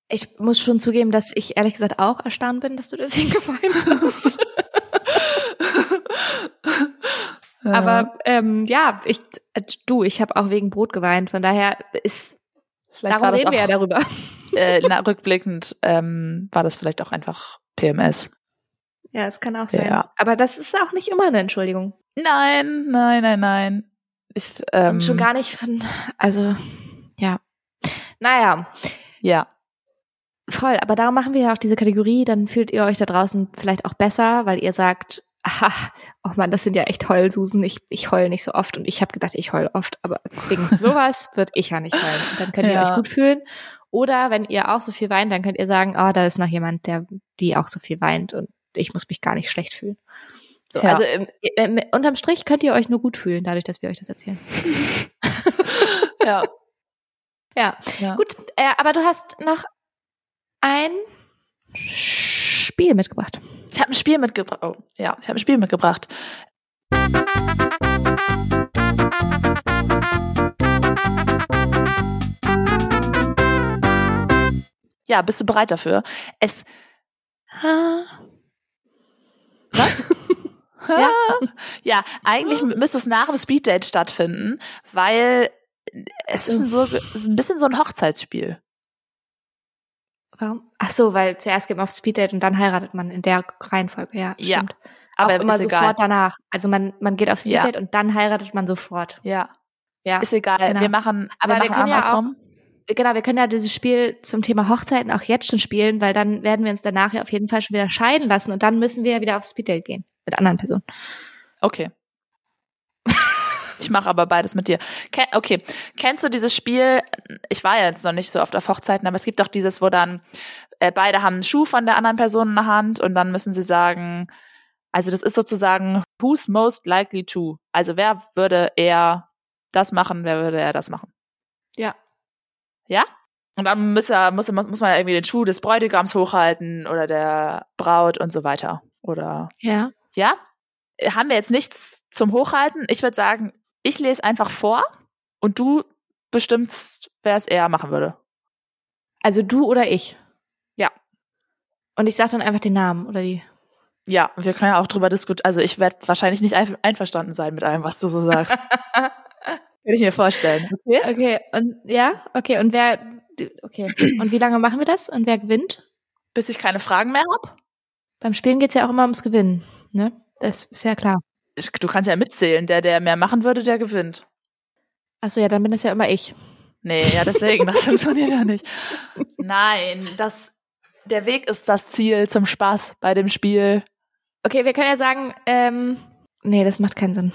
Speaker 2: Ich muss schon zugeben, dass ich ehrlich gesagt auch erstaunt bin, dass du das hingemeint hast.
Speaker 1: Ja.
Speaker 2: Aber ähm, ja, ich, äh, du, ich habe auch wegen Brot geweint. Von daher ist,
Speaker 1: vielleicht war
Speaker 2: darum reden
Speaker 1: das
Speaker 2: wir ja
Speaker 1: auch,
Speaker 2: darüber.
Speaker 1: äh, na, rückblickend ähm, war das vielleicht auch einfach PMS.
Speaker 2: Ja, es kann auch
Speaker 1: sein. Ja.
Speaker 2: Aber das ist auch nicht immer eine Entschuldigung.
Speaker 1: Nein, nein, nein, nein. Ich, ähm,
Speaker 2: Und schon gar nicht von, also, ja. Naja,
Speaker 1: Ja.
Speaker 2: Voll, aber darum machen wir ja auch diese Kategorie. Dann fühlt ihr euch da draußen vielleicht auch besser, weil ihr sagt, aha, oh Mann, das sind ja echt Heulsusen. Ich, ich heul nicht so oft und ich habe gedacht, ich heul oft, aber wegen sowas wird ich ja nicht heulen. Und dann könnt ihr
Speaker 1: Ja.
Speaker 2: euch gut fühlen. Oder wenn ihr auch so viel weint, dann könnt ihr sagen, oh, da ist noch jemand, der, die auch so viel weint und ich muss mich gar nicht schlecht fühlen. So,
Speaker 1: Ja.
Speaker 2: also im, im, unterm Strich könnt ihr euch nur gut fühlen, dadurch, dass wir euch das erzählen.
Speaker 1: Ja.
Speaker 2: Ja.
Speaker 1: ja.
Speaker 2: Gut, äh, aber du hast noch ein Spiel mitgebracht.
Speaker 1: Ich habe ein Spiel mitgebracht. Oh, ja, ich habe ein Spiel mitgebracht. Ja, bist du bereit dafür? Es was? ja. ja,
Speaker 2: Ah.
Speaker 1: eigentlich m- müsste es nach dem Speeddate stattfinden, weil es ist ein, so, es ist ein bisschen so ein Hochzeitsspiel.
Speaker 2: Warum? Ach so, weil zuerst geht man aufs Speeddate und dann heiratet man in der Reihenfolge, ja.
Speaker 1: Ja,
Speaker 2: Stimmt.
Speaker 1: aber
Speaker 2: auch immer
Speaker 1: ist
Speaker 2: sofort
Speaker 1: egal.
Speaker 2: danach. Also man, man geht aufs
Speaker 1: Ja.
Speaker 2: Speeddate und dann heiratet man sofort.
Speaker 1: Ja,
Speaker 2: Ja.
Speaker 1: ist egal.
Speaker 2: genau.
Speaker 1: Wir machen,
Speaker 2: Aber
Speaker 1: wir
Speaker 2: wir
Speaker 1: machen
Speaker 2: können ja auch-
Speaker 1: andersrum.
Speaker 2: genau, wir können ja dieses Spiel zum Thema Hochzeiten auch jetzt schon spielen, weil dann werden wir uns danach ja auf jeden Fall schon wieder scheiden lassen und dann müssen wir ja wieder aufs Speeddate gehen mit anderen Personen.
Speaker 1: Okay. Ich mache aber beides mit dir. Ken okay, kennst du dieses Spiel? Ich war ja jetzt noch nicht so oft auf Hochzeiten, aber es gibt doch dieses, wo dann äh, beide haben einen Schuh von der anderen Person in der Hand und dann müssen sie sagen, also das ist sozusagen who's most likely to. Also wer würde eher das machen, wer würde eher das machen?
Speaker 2: Ja.
Speaker 1: Ja? Und dann muss, er, muss, muss man irgendwie den Schuh des Bräutigams hochhalten oder der Braut und so weiter. Oder
Speaker 2: Ja.
Speaker 1: ja, Äh, haben wir jetzt nichts zum Hochhalten. Ich würde sagen, ich lese einfach vor und du bestimmst, wer es eher machen würde.
Speaker 2: Also du oder ich?
Speaker 1: Ja.
Speaker 2: Und ich sag dann einfach den Namen oder wie?
Speaker 1: Ja, wir können ja auch drüber diskutieren. Also ich werde wahrscheinlich nicht einf- einverstanden sein mit allem, was du so sagst. Würde ich mir vorstellen. Okay.
Speaker 2: Okay, und ja, okay, und wer okay, und wie lange machen wir das und wer gewinnt?
Speaker 1: Bis ich keine Fragen mehr habe.
Speaker 2: Beim Spielen geht's ja auch immer ums Gewinnen, ne? Das ist ja klar.
Speaker 1: Du kannst ja mitzählen. Der, der mehr machen würde, der gewinnt.
Speaker 2: Achso, ja, dann bin das ja immer ich.
Speaker 1: Nee, ja, deswegen, das funktioniert ja nicht. Nein, das, der Weg ist das Ziel zum Spaß bei dem Spiel.
Speaker 2: Okay, wir können ja sagen, ähm, nee, das macht keinen Sinn.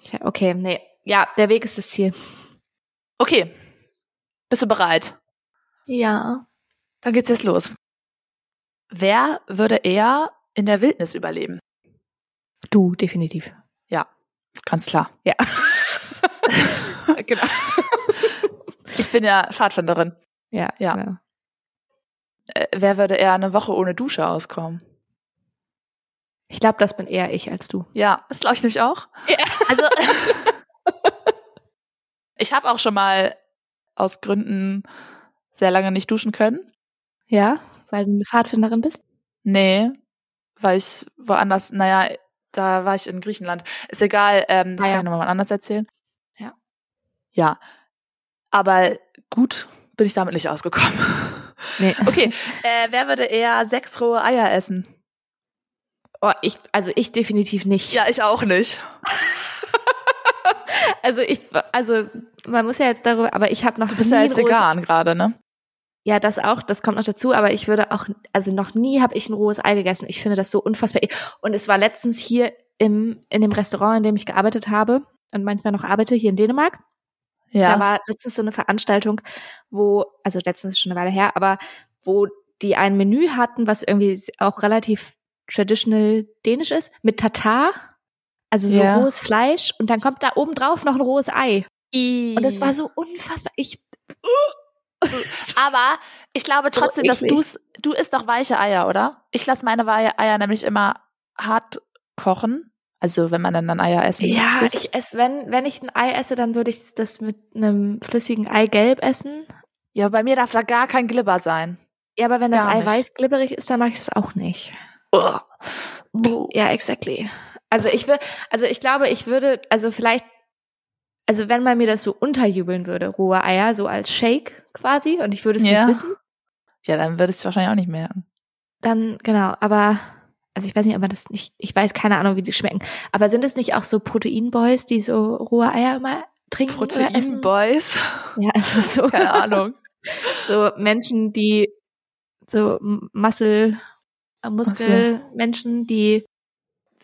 Speaker 2: Ich, okay, nee, ja, der Weg ist das Ziel.
Speaker 1: Okay. Bist du bereit?
Speaker 2: Ja.
Speaker 1: Dann geht's jetzt los. Wer würde eher in der Wildnis überleben?
Speaker 2: Du, definitiv.
Speaker 1: Ist Ganz klar.
Speaker 2: Ja. genau.
Speaker 1: Ich bin ja Pfadfinderin.
Speaker 2: Ja,
Speaker 1: Ja.
Speaker 2: Genau.
Speaker 1: Äh, wer würde eher eine Woche ohne Dusche auskommen?
Speaker 2: Ich glaube, das bin eher ich als du.
Speaker 1: Ja, das glaube ich nämlich auch.
Speaker 2: Ja.
Speaker 1: Also ich habe auch schon mal aus Gründen sehr lange nicht duschen können.
Speaker 2: Ja, weil du eine Pfadfinderin bist?
Speaker 1: Nee, weil ich woanders, naja, da war ich in Griechenland. Ist egal, ähm, das
Speaker 2: Ah ja.
Speaker 1: kann ich nochmal anders erzählen.
Speaker 2: Ja.
Speaker 1: Ja. Aber gut bin ich damit nicht ausgekommen.
Speaker 2: Nee.
Speaker 1: Okay, äh, wer würde eher sechs rohe Eier essen?
Speaker 2: Oh, ich, also ich definitiv nicht.
Speaker 1: Ja, ich auch nicht.
Speaker 2: Also ich, also man muss ja jetzt darüber, aber ich habe noch
Speaker 1: Du bist ja
Speaker 2: nie
Speaker 1: jetzt
Speaker 2: ein rohes-
Speaker 1: vegan gerade, ne?
Speaker 2: Ja, das auch, das kommt noch dazu, aber ich würde auch, also noch nie habe ich ein rohes Ei gegessen. Ich finde das so unfassbar. e- Und es war letztens hier im, in dem Restaurant, in dem ich gearbeitet habe und manchmal noch arbeite, hier in Dänemark. Da war letztens so eine Veranstaltung, wo, also letztens ist schon eine Weile her, aber wo die ein Menü hatten, was irgendwie auch relativ traditional dänisch ist, mit Tatar, also so
Speaker 1: Ja.
Speaker 2: rohes Fleisch und dann kommt da oben drauf noch ein rohes Ei.
Speaker 1: I.
Speaker 2: Und das war so unfassbar. Ich,
Speaker 1: Aber ich glaube
Speaker 2: So
Speaker 1: trotzdem, dass
Speaker 2: eklig.
Speaker 1: du's, du isst doch weiche Eier, oder? Ich lasse meine wei- Eier nämlich immer hart kochen. Also wenn man dann, dann Eier essen
Speaker 2: ja,
Speaker 1: isst.
Speaker 2: ich esse, wenn, wenn ich ein Ei esse, dann würde ich das mit einem flüssigen Eigelb essen.
Speaker 1: ja, bei mir darf da gar kein Glibber sein.
Speaker 2: Ja, aber wenn das
Speaker 1: Gar
Speaker 2: Ei
Speaker 1: nicht.
Speaker 2: weiß glibberig ist, dann mache ich das auch nicht.
Speaker 1: Ugh. Buh.
Speaker 2: Ja, exactly. Also ich will, also ich glaube, ich würde, also vielleicht, also wenn man mir das so unterjubeln würde, rohe Eier, so als Shake quasi, und ich würde es
Speaker 1: Ja.
Speaker 2: nicht wissen,
Speaker 1: Ja, dann würdest du wahrscheinlich auch nicht merken.
Speaker 2: dann genau, aber also ich weiß nicht, aber das nicht, ich weiß keine Ahnung, wie die schmecken. Aber sind es nicht auch so Proteinboys, die so rohe Eier immer trinken oder essen?
Speaker 1: Proteinboys.
Speaker 2: Ja, also so,
Speaker 1: Keine Ahnung.
Speaker 2: so Menschen, die so Muscle, Muskelmenschen, die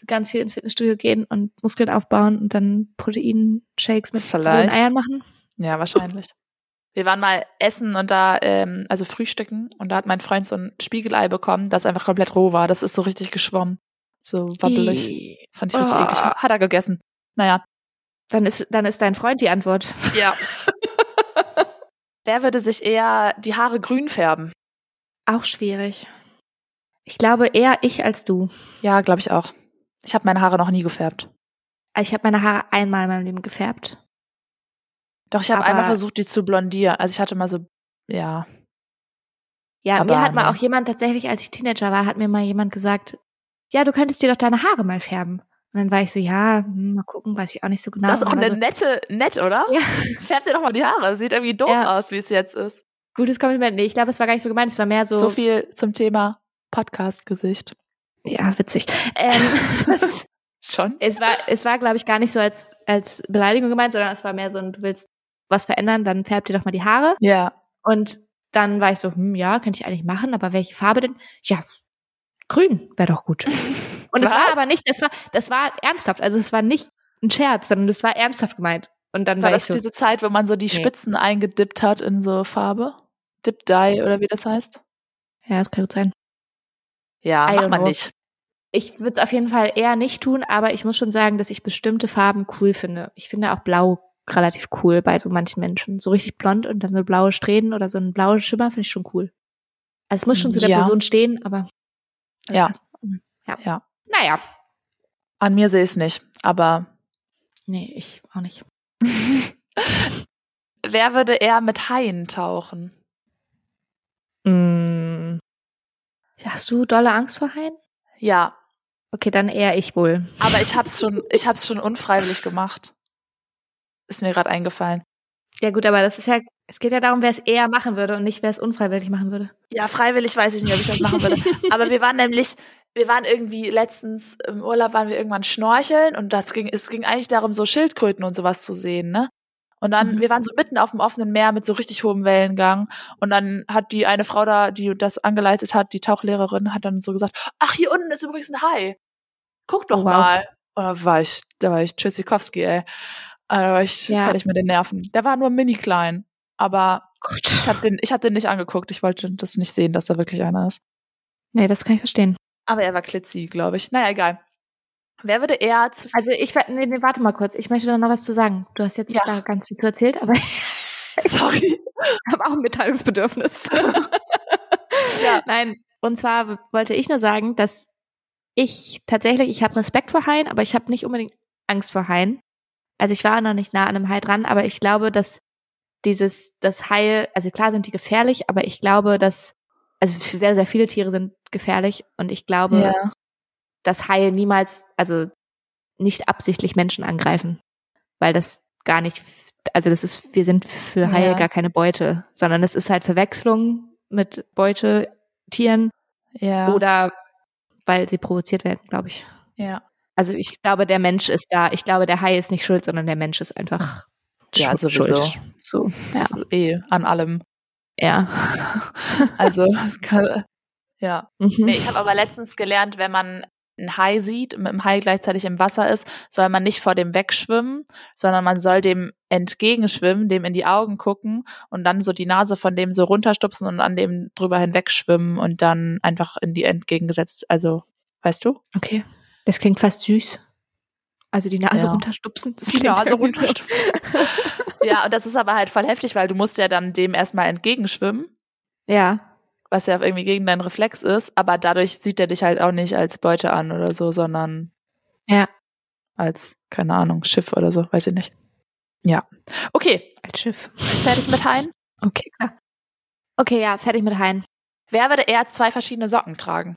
Speaker 2: ganz viel ins Fitnessstudio gehen und Muskeln aufbauen und dann Proteinshakes mit rohen
Speaker 1: Vielleicht.
Speaker 2: Eiern machen.
Speaker 1: Ja, wahrscheinlich. Wir waren mal essen und da, ähm, also frühstücken und da hat mein Freund so ein Spiegelei bekommen, das einfach komplett roh war. Das ist so richtig geschwommen. So wabbelig.
Speaker 2: Ih.
Speaker 1: Fand ich richtig
Speaker 2: Ah.
Speaker 1: eklig. Hat er gegessen. Naja.
Speaker 2: Dann ist, dann ist dein Freund die Antwort.
Speaker 1: Ja. Wer würde sich eher die Haare grün färben?
Speaker 2: Auch schwierig. Ich glaube eher ich als du.
Speaker 1: Ja, glaube ich auch. Ich habe meine Haare noch nie gefärbt.
Speaker 2: Also ich habe meine Haare einmal in meinem Leben gefärbt.
Speaker 1: Doch, ich habe
Speaker 2: Aber-
Speaker 1: einmal versucht, die zu blondieren. Also ich hatte mal so, ja.
Speaker 2: Ja,
Speaker 1: Aber
Speaker 2: mir hat mal
Speaker 1: nee.
Speaker 2: auch jemand tatsächlich, als ich Teenager war, hat mir mal jemand gesagt, ja, du könntest dir doch deine Haare mal färben. Und dann war ich so, ja, hm, mal gucken, weiß ich auch nicht so genau.
Speaker 1: Das ist
Speaker 2: Und
Speaker 1: auch
Speaker 2: dann war
Speaker 1: eine nette, nett, oder?
Speaker 2: Ja.
Speaker 1: Färbt dir doch mal die Haare. Sieht irgendwie doof
Speaker 2: Ja.
Speaker 1: aus, wie es jetzt ist.
Speaker 2: so, gutes Kompliment. Nee, ich glaube, es war gar nicht so gemeint, es war mehr so,
Speaker 1: So, viel zum Thema Podcast-Gesicht.
Speaker 2: ja, witzig. Ähm, das,
Speaker 1: Schon?
Speaker 2: es war, es war, glaube ich, gar nicht so als, als Beleidigung gemeint, sondern es war mehr so ein, du willst was verändern, dann färb dir doch mal die Haare.
Speaker 1: Ja.
Speaker 2: Und dann war ich so, hm, ja, könnte ich eigentlich machen, aber welche Farbe denn? Ja, grün wäre doch gut. Und es
Speaker 1: Was?
Speaker 2: war aber nicht, das war, das war ernsthaft. Also es war nicht ein Scherz, sondern das war ernsthaft gemeint. Und dann war,
Speaker 1: War
Speaker 2: ich
Speaker 1: das
Speaker 2: so,
Speaker 1: diese Zeit, wo man so die
Speaker 2: Nee.
Speaker 1: Spitzen eingedippt hat in so Farbe? Dip Dye oder wie das heißt?
Speaker 2: ja, das kann gut sein.
Speaker 1: Ja,
Speaker 2: I
Speaker 1: macht
Speaker 2: don't
Speaker 1: man
Speaker 2: know.
Speaker 1: nicht.
Speaker 2: Ich würde es auf jeden Fall eher nicht tun, aber ich muss schon sagen, dass ich bestimmte Farben cool finde. Ich finde auch blau relativ cool bei so manchen Menschen. So richtig blond und dann so blaue Strähnen oder so ein blauer Schimmer finde ich schon cool. Also es muss schon zu der
Speaker 1: Ja.
Speaker 2: Person stehen, aber
Speaker 1: Ja.
Speaker 2: ja.
Speaker 1: Ja.
Speaker 2: Naja.
Speaker 1: An mir sehe ich es nicht, aber
Speaker 2: Nee, ich auch nicht.
Speaker 1: wer würde eher mit Haien tauchen?
Speaker 2: Mm. Hast du dolle Angst vor Haien?
Speaker 1: Ja,
Speaker 2: Okay, dann eher ich wohl.
Speaker 1: aber ich hab's schon, ich hab's schon unfreiwillig gemacht. Ist mir gerade eingefallen.
Speaker 2: Ja gut, aber das ist ja, es geht ja darum, wer es eher machen würde und nicht, wer es unfreiwillig machen würde.
Speaker 1: Ja, freiwillig weiß ich nicht, ob ich das machen würde.
Speaker 2: Oh
Speaker 1: Aber wir waren nämlich, wir waren irgendwie letztens im Urlaub waren wir irgendwann schnorcheln und das ging, es ging eigentlich darum, so Schildkröten und sowas zu sehen, ne? Und dann,
Speaker 2: Mhm.
Speaker 1: wir waren so mitten auf dem offenen Meer mit so richtig hohem Wellengang. Und dann hat die eine Frau da, die das angeleitet hat, die Tauchlehrerin, hat dann so gesagt, ach, hier unten ist übrigens ein Hai. Guck doch
Speaker 2: Oh, wow.
Speaker 1: mal. Und da war ich, da war ich Tschüssikowski, ey. Also Da war ich
Speaker 2: Ja.
Speaker 1: fertig mit den Nerven. Der war nur mini klein. Aber ich
Speaker 2: Gott.
Speaker 1: habe den, ich hab den nicht angeguckt. Ich wollte das nicht sehen, dass da wirklich einer ist.
Speaker 2: Nee, das kann ich verstehen.
Speaker 1: Aber er war klitzi, glaube ich. Naja, egal. Wer würde eher zu.
Speaker 2: Also ich, wa- nee, nee, warte mal kurz. Ich möchte da noch was zu sagen. Du hast jetzt
Speaker 1: Ja.
Speaker 2: da ganz viel zu erzählt, aber ich
Speaker 1: Sorry.
Speaker 2: habe auch ein Mitteilungsbedürfnis.
Speaker 1: Ja.
Speaker 2: Nein, und zwar w- wollte ich nur sagen, dass ich tatsächlich, ich habe Respekt vor Haien, aber ich habe nicht unbedingt Angst vor Haien. Also ich war noch nicht nah an einem Hai dran, aber ich glaube, dass dieses, das Haie, also klar sind die gefährlich, aber ich glaube, dass, also sehr, sehr viele Tiere sind gefährlich und ich glaube,
Speaker 1: Ja.
Speaker 2: dass Haie niemals, also nicht absichtlich Menschen angreifen, weil das gar nicht, also das ist, wir sind für Haie
Speaker 1: Ja.
Speaker 2: gar keine Beute, sondern es ist halt Verwechslung mit Beutetieren
Speaker 1: Ja.
Speaker 2: oder weil sie provoziert werden, glaube ich.
Speaker 1: ja.
Speaker 2: Also ich glaube, der Mensch ist da, ich glaube, der Hai ist nicht schuld, sondern der Mensch ist einfach
Speaker 1: Ja,
Speaker 2: schuld.
Speaker 1: sowieso.
Speaker 2: schuld. So, ja.
Speaker 1: Das ist Eh, an allem.
Speaker 2: ja.
Speaker 1: Also, es kann, ja.
Speaker 2: Mhm.
Speaker 1: Nee, ich habe aber letztens gelernt, wenn man einen Hai sieht, mit dem Hai gleichzeitig im Wasser ist, soll man nicht vor dem wegschwimmen, sondern man soll dem entgegenschwimmen, dem in die Augen gucken und dann so die Nase von dem so runterstupsen und an dem drüber hinwegschwimmen und dann einfach in die entgegengesetzt, also, weißt du?
Speaker 2: Okay. Das klingt fast süß. Also die Nase
Speaker 1: Ja.
Speaker 2: runterstupsen. Das
Speaker 1: Die
Speaker 2: klingt
Speaker 1: Nase
Speaker 2: irgendwie so.
Speaker 1: runterstupsen. Ja, und das ist aber halt voll heftig, weil du musst ja dann dem erstmal entgegenschwimmen,
Speaker 2: ja.
Speaker 1: was ja irgendwie gegen deinen Reflex ist, aber dadurch sieht er dich halt auch nicht als Beute an oder so, sondern
Speaker 2: Ja.
Speaker 1: als, keine Ahnung, Schiff oder so, weiß ich nicht. Ja. Okay,
Speaker 2: Als Schiff.
Speaker 1: fertig mit Haien.
Speaker 2: Okay, klar. Okay, ja, fertig mit Haien.
Speaker 1: Wer würde eher zwei verschiedene Socken tragen?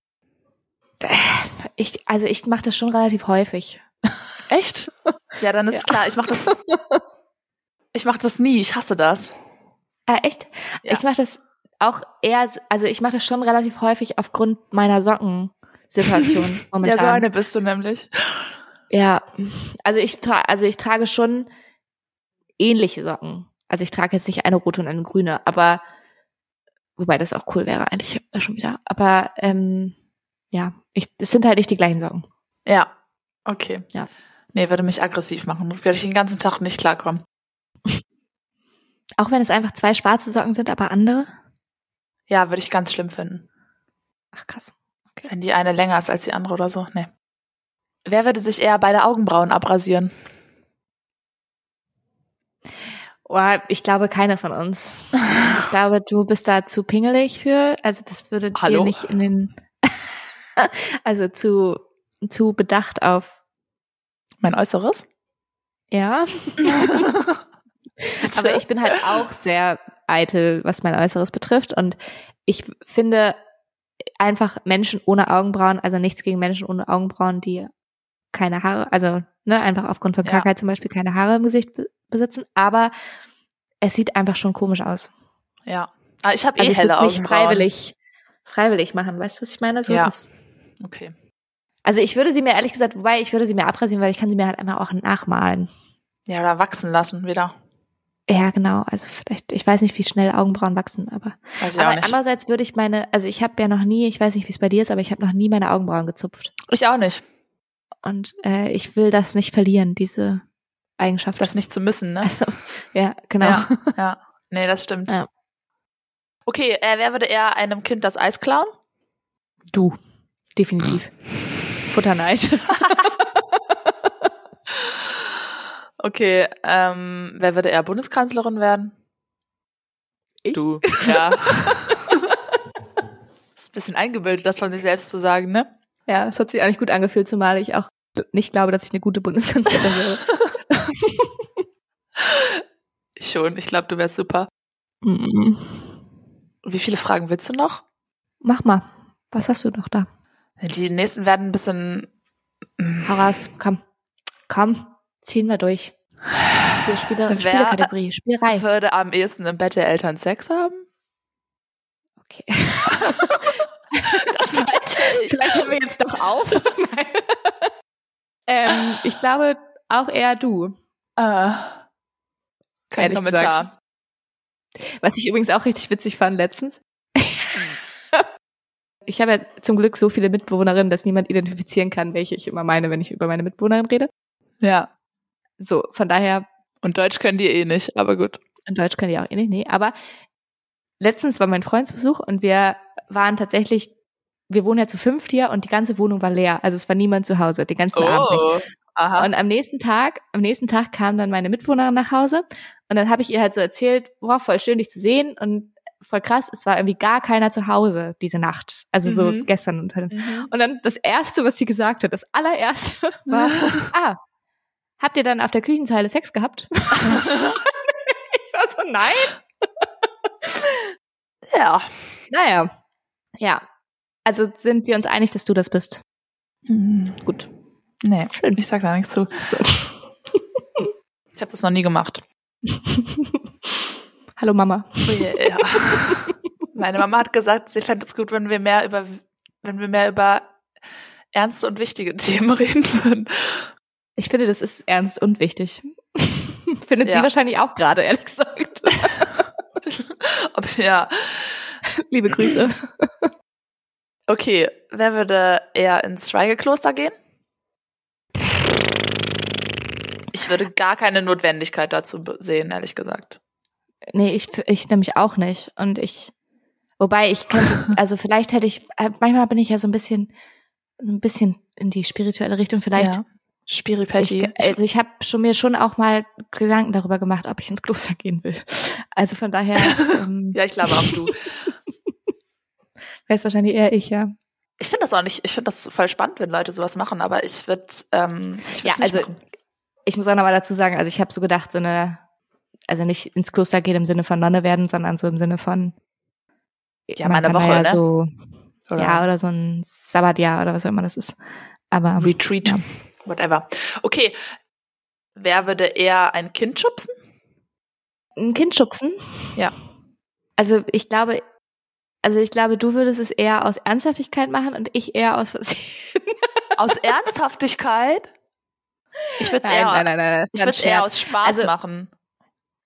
Speaker 2: Ich, also ich mache das schon relativ häufig.
Speaker 1: Echt? Ja, dann ist
Speaker 2: Ja.
Speaker 1: klar, ich mach das. Ich mach das nie, ich hasse das.
Speaker 2: Äh, echt?
Speaker 1: Ja.
Speaker 2: Ich mache das auch eher, also ich mache das schon relativ häufig aufgrund meiner Sockensituation momentan.
Speaker 1: Ja, so eine bist du nämlich.
Speaker 2: Ja, also ich, tra also ich trage schon ähnliche Socken. Also ich trage jetzt nicht eine rote und eine grüne, aber wobei das auch cool wäre eigentlich äh, schon wieder. Aber ähm, ja, ich, es sind halt nicht die gleichen Socken.
Speaker 1: Ja. Okay.
Speaker 2: Ja.
Speaker 1: Nee, würde mich aggressiv machen. Würde ich den ganzen Tag nicht klarkommen.
Speaker 2: Auch wenn es einfach zwei schwarze Socken sind, aber andere.
Speaker 1: Ja, würde ich ganz schlimm finden.
Speaker 2: Ach krass.
Speaker 1: Wenn die eine länger ist als die andere oder so. Nee. Wer würde sich eher beide Augenbrauen abrasieren?
Speaker 2: Oh, ich glaube, keine von uns. Ich glaube, du bist da zu pingelig für. Also das würde dir
Speaker 1: Hallo?
Speaker 2: nicht in den... also zu, zu bedacht auf...
Speaker 1: Mein Äußeres?
Speaker 2: Ja, Aber
Speaker 1: Bitte?
Speaker 2: ich bin halt auch sehr eitel, was mein Äußeres betrifft. Und ich finde einfach Menschen ohne Augenbrauen, also nichts gegen Menschen ohne Augenbrauen, die keine Haare, also ne, einfach aufgrund von
Speaker 1: Ja.
Speaker 2: Krankheit zum Beispiel keine Haare im Gesicht be- besitzen. Aber es sieht einfach schon komisch aus.
Speaker 1: Ja. Ah, ich habe eh
Speaker 2: Also ich
Speaker 1: helle
Speaker 2: würde nicht
Speaker 1: Augenbrauen.
Speaker 2: freiwillig, freiwillig machen. Weißt du, was ich meine? So,
Speaker 1: Ja.
Speaker 2: das,
Speaker 1: Okay.
Speaker 2: also ich würde sie mir ehrlich gesagt, wobei ich würde sie mir abrasieren, weil ich kann sie mir halt einfach auch nachmalen.
Speaker 1: Ja, oder wachsen lassen wieder.
Speaker 2: Ja, genau. Also vielleicht, ich weiß nicht, wie schnell Augenbrauen wachsen, aber
Speaker 1: Weiß ich
Speaker 2: Aber
Speaker 1: auch nicht.
Speaker 2: andererseits würde ich meine, also ich habe ja noch nie, ich weiß nicht, wie es bei dir ist, aber ich habe noch nie meine Augenbrauen gezupft.
Speaker 1: Ich auch nicht.
Speaker 2: Und äh, ich will das nicht verlieren, diese Eigenschaft.
Speaker 1: Das nicht zu müssen, ne?
Speaker 2: Also, ja, genau.
Speaker 1: Ja. Ja. Nee, das stimmt.
Speaker 2: Ja.
Speaker 1: Okay, äh, wer würde eher einem Kind das Eis klauen?
Speaker 2: Du. Definitiv. Futterneid.
Speaker 1: Okay, ähm, wer würde eher Bundeskanzlerin werden?
Speaker 2: Ich?
Speaker 1: Du. Ja. ist ein bisschen eingebildet, das von sich selbst zu sagen, ne?
Speaker 2: Ja, es hat sich eigentlich gut angefühlt, zumal ich auch nicht glaube, dass ich eine gute Bundeskanzlerin wäre.
Speaker 1: Ich schon, ich glaube, du wärst super.
Speaker 2: Mm,
Speaker 1: Wie viele Fragen willst du noch?
Speaker 2: Mach mal. Was hast du noch da?
Speaker 1: Die nächsten werden ein bisschen.
Speaker 2: Horas, komm. Komm, ziehen wir durch. Das ist hier Spieler
Speaker 1: Wer-
Speaker 2: Spielekategorie, Spielerei.
Speaker 1: Würde am ehesten im Bett der Eltern Sex haben?
Speaker 2: Okay. Vielleicht hören wir jetzt doch auf. Nein. ähm, ich glaube auch eher du.
Speaker 1: Äh, kein
Speaker 2: Ehrlich
Speaker 1: Kommentar.
Speaker 2: gesagt. Was ich übrigens auch richtig witzig fand letztens. ich habe ja zum Glück so viele Mitbewohnerinnen, dass niemand identifizieren kann, welche ich immer meine, wenn ich über meine Mitbewohnerin rede.
Speaker 1: Ja.
Speaker 2: So, von daher,
Speaker 1: Und Deutsch können die eh nicht, aber gut.
Speaker 2: in Deutsch kann ich auch eh nicht, nee, aber letztens war mein Freund zu Besuch und wir waren tatsächlich, wir wohnen ja zu fünft hier und die ganze Wohnung war leer. Also es war niemand zu Hause, den ganzen Abend nicht.
Speaker 1: Oh. Aha.
Speaker 2: Und am nächsten Tag, am nächsten Tag kam dann meine Mitbewohnerin nach Hause und dann habe ich ihr halt so erzählt, boah, voll schön dich zu sehen und voll krass, es war irgendwie gar keiner zu Hause diese Nacht, also so
Speaker 1: Mhm.
Speaker 2: gestern und heute. Und dann das erste, was sie gesagt hat, das allererste war, ah, habt ihr dann auf der Küchenzeile Sex gehabt? ich war so, nein.
Speaker 1: ja.
Speaker 2: Naja, ja. Also sind wir uns einig, dass du das bist.
Speaker 1: Hm,
Speaker 2: Gut.
Speaker 1: Nee, ich sag da nichts zu.
Speaker 2: So.
Speaker 1: Ich habe das noch nie gemacht.
Speaker 2: Hallo Mama.
Speaker 1: Oh Ja. Meine Mama hat gesagt, sie fände es gut, wenn wir mehr über, wenn wir mehr über ernste und wichtige Themen reden würden.
Speaker 2: Ich finde, das ist ernst und wichtig. Findet sie
Speaker 1: Ja.
Speaker 2: wahrscheinlich auch gerade, ehrlich gesagt.
Speaker 1: Ob, ja.
Speaker 2: Liebe Grüße.
Speaker 1: Okay, wer würde eher ins Schweigekloster gehen? Ich würde gar keine Notwendigkeit dazu be- sehen, ehrlich gesagt.
Speaker 2: Nee, ich, ich nämlich auch nicht. Und ich, wobei ich könnte, also vielleicht hätte ich, äh, manchmal bin ich ja so ein bisschen, ein bisschen in die spirituelle Richtung. Vielleicht,
Speaker 1: Ja. Spiripetti.
Speaker 2: ich, also ich habe schon mir schon auch mal Gedanken darüber gemacht, ob ich ins Kloster gehen will. Also von daher, ähm,
Speaker 1: ja, ich glaube auch du.
Speaker 2: wäre es wahrscheinlich eher ich, ja.
Speaker 1: Ich finde das auch nicht, ich finde das voll spannend, wenn Leute sowas machen, aber ich würde ähm, ich
Speaker 2: Ja,
Speaker 1: würd's nicht
Speaker 2: also
Speaker 1: machen.
Speaker 2: ich muss auch nochmal dazu sagen, also ich habe so gedacht, so eine, also nicht ins Kloster gehen im Sinne von Nonne werden, sondern so im Sinne von
Speaker 1: Ja,
Speaker 2: man
Speaker 1: mal
Speaker 2: kann
Speaker 1: eine
Speaker 2: da
Speaker 1: Woche,
Speaker 2: ja
Speaker 1: ne?
Speaker 2: so,
Speaker 1: Oder
Speaker 2: ja, oder so ein Sabbatjahr oder was auch immer das ist. Aber
Speaker 1: Retreat,
Speaker 2: ähm, Ja.
Speaker 1: whatever. Okay, wer würde eher ein Kind schubsen?
Speaker 2: ein Kind schubsen.
Speaker 1: Ja.
Speaker 2: Also ich glaube, also ich glaube, du würdest es eher aus Ernsthaftigkeit machen und ich eher aus Versehen.
Speaker 1: Aus Ernsthaftigkeit? Ich würde es eher,
Speaker 2: nein, nein.
Speaker 1: ich würd's eher aus Spaß
Speaker 2: Also-
Speaker 1: machen.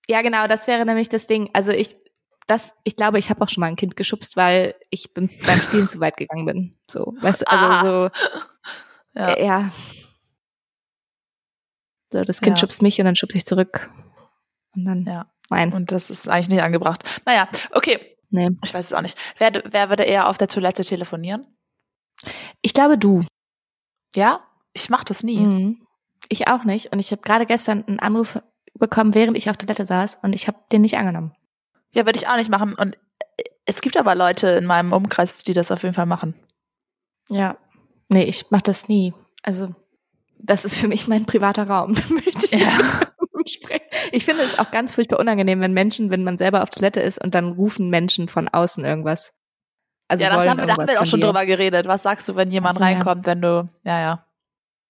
Speaker 2: Ja, genau, das wäre nämlich das Ding. Also ich, das, ich glaube, ich habe auch schon mal ein Kind geschubst, weil ich bin beim Spielen zu weit gegangen bin. So, weißt du, also
Speaker 1: Ah.
Speaker 2: so,
Speaker 1: Ja.
Speaker 2: äh, ja. So, das Kind
Speaker 1: Ja.
Speaker 2: schubst mich und dann schubst ich zurück. Und dann,
Speaker 1: Ja.
Speaker 2: nein,
Speaker 1: Und das ist eigentlich nicht angebracht. Naja, okay,
Speaker 2: nee.
Speaker 1: ich weiß es auch nicht. Wer, wer würde eher auf der Toilette telefonieren?
Speaker 2: Ich glaube, du.
Speaker 1: Ja? Ich mache das nie.
Speaker 2: Mhm. Ich auch nicht. Und ich habe gerade gestern einen Anruf bekommen, während ich auf Toilette saß und ich habe den nicht angenommen.
Speaker 1: Ja, würde ich auch nicht machen. Und äh, es gibt aber Leute in meinem Umkreis, die das auf jeden Fall machen.
Speaker 2: Ja. Nee, ich mache das nie. Also, das ist für mich mein privater Raum. Da möchte ich sprechen. Ich finde es auch ganz furchtbar unangenehm, wenn Menschen, wenn man selber auf Toilette ist und dann rufen Menschen von außen irgendwas. Also
Speaker 1: ja, das
Speaker 2: wollen
Speaker 1: haben wir, da haben
Speaker 2: irgendwas
Speaker 1: wir auch
Speaker 2: von
Speaker 1: schon
Speaker 2: dir.
Speaker 1: drüber geredet. Was sagst du, wenn jemand
Speaker 2: Ach so, ja.
Speaker 1: reinkommt, wenn du, ja, ja.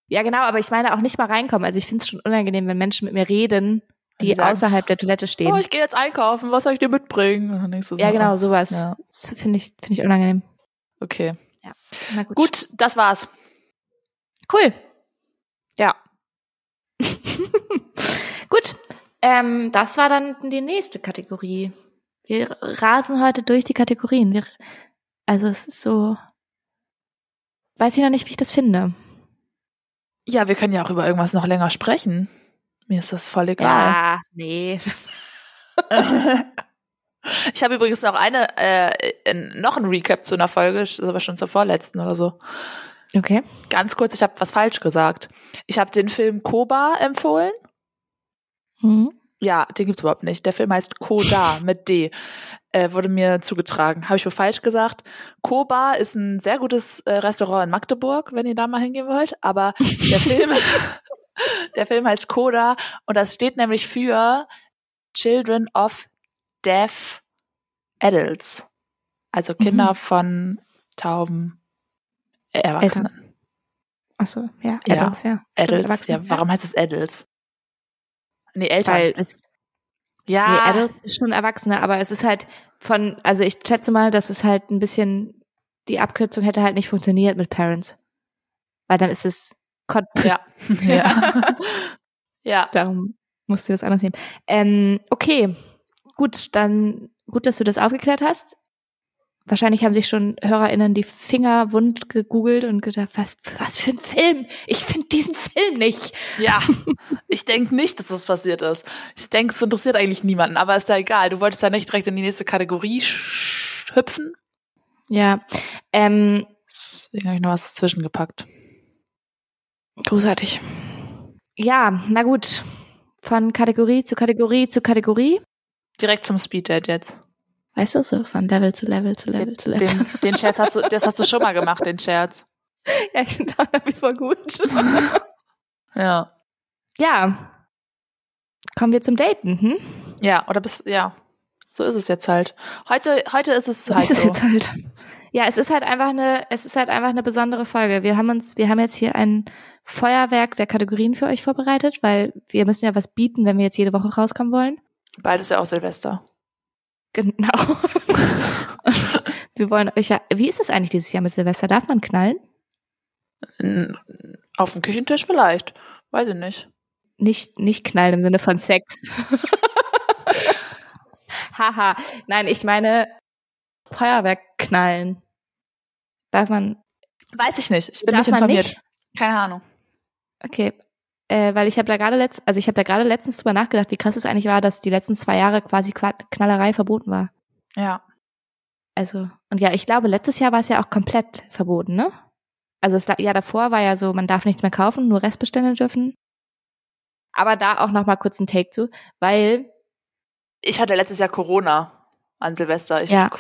Speaker 2: Ja, genau, aber ich meine auch nicht mal reinkommen. Also ich finde es schon unangenehm, wenn Menschen mit mir reden,
Speaker 1: die
Speaker 2: die
Speaker 1: sagen,
Speaker 2: außerhalb der Toilette stehen.
Speaker 1: Oh, ich gehe jetzt einkaufen, was soll ich dir mitbringen? Und nicht so
Speaker 2: ja,
Speaker 1: so,
Speaker 2: genau, sowas.
Speaker 1: Ja.
Speaker 2: Das finde ich, finde ich unangenehm.
Speaker 1: Okay.
Speaker 2: Na
Speaker 1: Gut, das war's.
Speaker 2: Cool.
Speaker 1: Ja.
Speaker 2: Gut. Ähm, das war dann die nächste Kategorie. Wir rasen heute durch die Kategorien. Wir, also es ist so. Weiß ich noch nicht, wie ich das finde.
Speaker 1: Ja, wir können ja auch über irgendwas noch länger sprechen. Mir ist das voll egal.
Speaker 2: nee.
Speaker 1: Ich habe übrigens noch eine, äh, in- noch ein Recap zu einer Folge, ist aber schon zur vorletzten oder so.
Speaker 2: Okay.
Speaker 1: Ganz kurz, ich habe was falsch gesagt. Ich habe den Film Koba empfohlen.
Speaker 2: Hm.
Speaker 1: Ja, den gibt's überhaupt nicht. Der Film heißt Koda mit D. Äh, wurde mir zugetragen. Habe ich wohl falsch gesagt. Koba ist ein sehr gutes äh, Restaurant in Magdeburg, wenn ihr da mal hingehen wollt. Aber der Film, der Film heißt Koda und das steht nämlich für Children of Deaf Adults. Also Kinder
Speaker 2: Mhm.
Speaker 1: von tauben äh, Erwachsenen.
Speaker 2: Achso, ja.
Speaker 1: Ja.
Speaker 2: Adults, ja. Stimmt,
Speaker 1: Adults,
Speaker 2: Erwachsene,
Speaker 1: ja. Warum heißt es Adults? Nee, Eltern.
Speaker 2: Weil es,
Speaker 1: ja.
Speaker 2: nee, Adults ist schon Erwachsene, aber es ist halt von, also ich schätze mal, dass es halt ein bisschen, die Abkürzung hätte halt nicht funktioniert mit Parents. Weil dann ist es Con
Speaker 1: Ja. Ja. ja.
Speaker 2: Darum musst du das anders nehmen. Ähm, okay, gut, dann gut, dass du das aufgeklärt hast. Wahrscheinlich haben sich schon HörerInnen die Finger wund gegoogelt und gedacht, was, was für ein Film? Ich finde diesen Film nicht.
Speaker 1: Ja. Ich denke nicht, dass das passiert ist. Ich denke, es interessiert eigentlich niemanden, aber ist ja egal. Du wolltest ja nicht direkt in die nächste Kategorie sch- hüpfen.
Speaker 2: Ja, ähm,
Speaker 1: Deswegen habe ich noch was zwischengepackt.
Speaker 2: großartig. Ja, na gut. Von Kategorie zu Kategorie zu Kategorie.
Speaker 1: Direkt zum Speeddate jetzt.
Speaker 2: Weißt du, so von Level zu Level zu Level zu Level.
Speaker 1: Den, den Scherz hast du, das hast du schon mal gemacht, den Scherz.
Speaker 2: Ja, ich finde auch nach wie vor gut.
Speaker 1: Ja.
Speaker 2: ja. Kommen wir zum Daten, hm?
Speaker 1: Ja, oder bist, ja. So ist es jetzt halt. Heute, heute ist es halt
Speaker 2: ist es
Speaker 1: so.
Speaker 2: jetzt halt. Ja, es ist halt einfach eine, es ist halt einfach eine besondere Folge. Wir haben uns, wir haben jetzt hier ein Feuerwerk der Kategorien für euch vorbereitet, weil wir müssen ja was bieten, wenn wir jetzt jede Woche rauskommen wollen.
Speaker 1: Beides ja auch Silvester.
Speaker 2: Genau. wir wollen euch ja, wie ist es eigentlich dieses Jahr mit Silvester? Darf man knallen?
Speaker 1: N- Auf dem Küchentisch vielleicht. Weiß ich nicht.
Speaker 2: Nicht, nicht knallen im Sinne von Sex. Haha. Nein, ich meine Feuerwerk knallen. Darf man,
Speaker 1: Weiß ich nicht. Ich bin
Speaker 2: darf
Speaker 1: nicht
Speaker 2: man
Speaker 1: informiert.
Speaker 2: nicht?
Speaker 1: Keine Ahnung.
Speaker 2: Okay. Äh, weil ich habe da gerade letzt, also ich habe da gerade letztens drüber nachgedacht, wie krass es eigentlich war, dass die letzten zwei Jahre quasi Qua Knallerei verboten war.
Speaker 1: Ja.
Speaker 2: Also, und ja, ich glaube, letztes Jahr war es ja auch komplett verboten, ne? Also das La- Jahr davor war ja so, man darf nichts mehr kaufen, nur Restbestände dürfen. Aber da auch nochmal kurz ein Take zu, weil,
Speaker 1: Ich hatte letztes Jahr Corona an Silvester. Ich,
Speaker 2: Ja.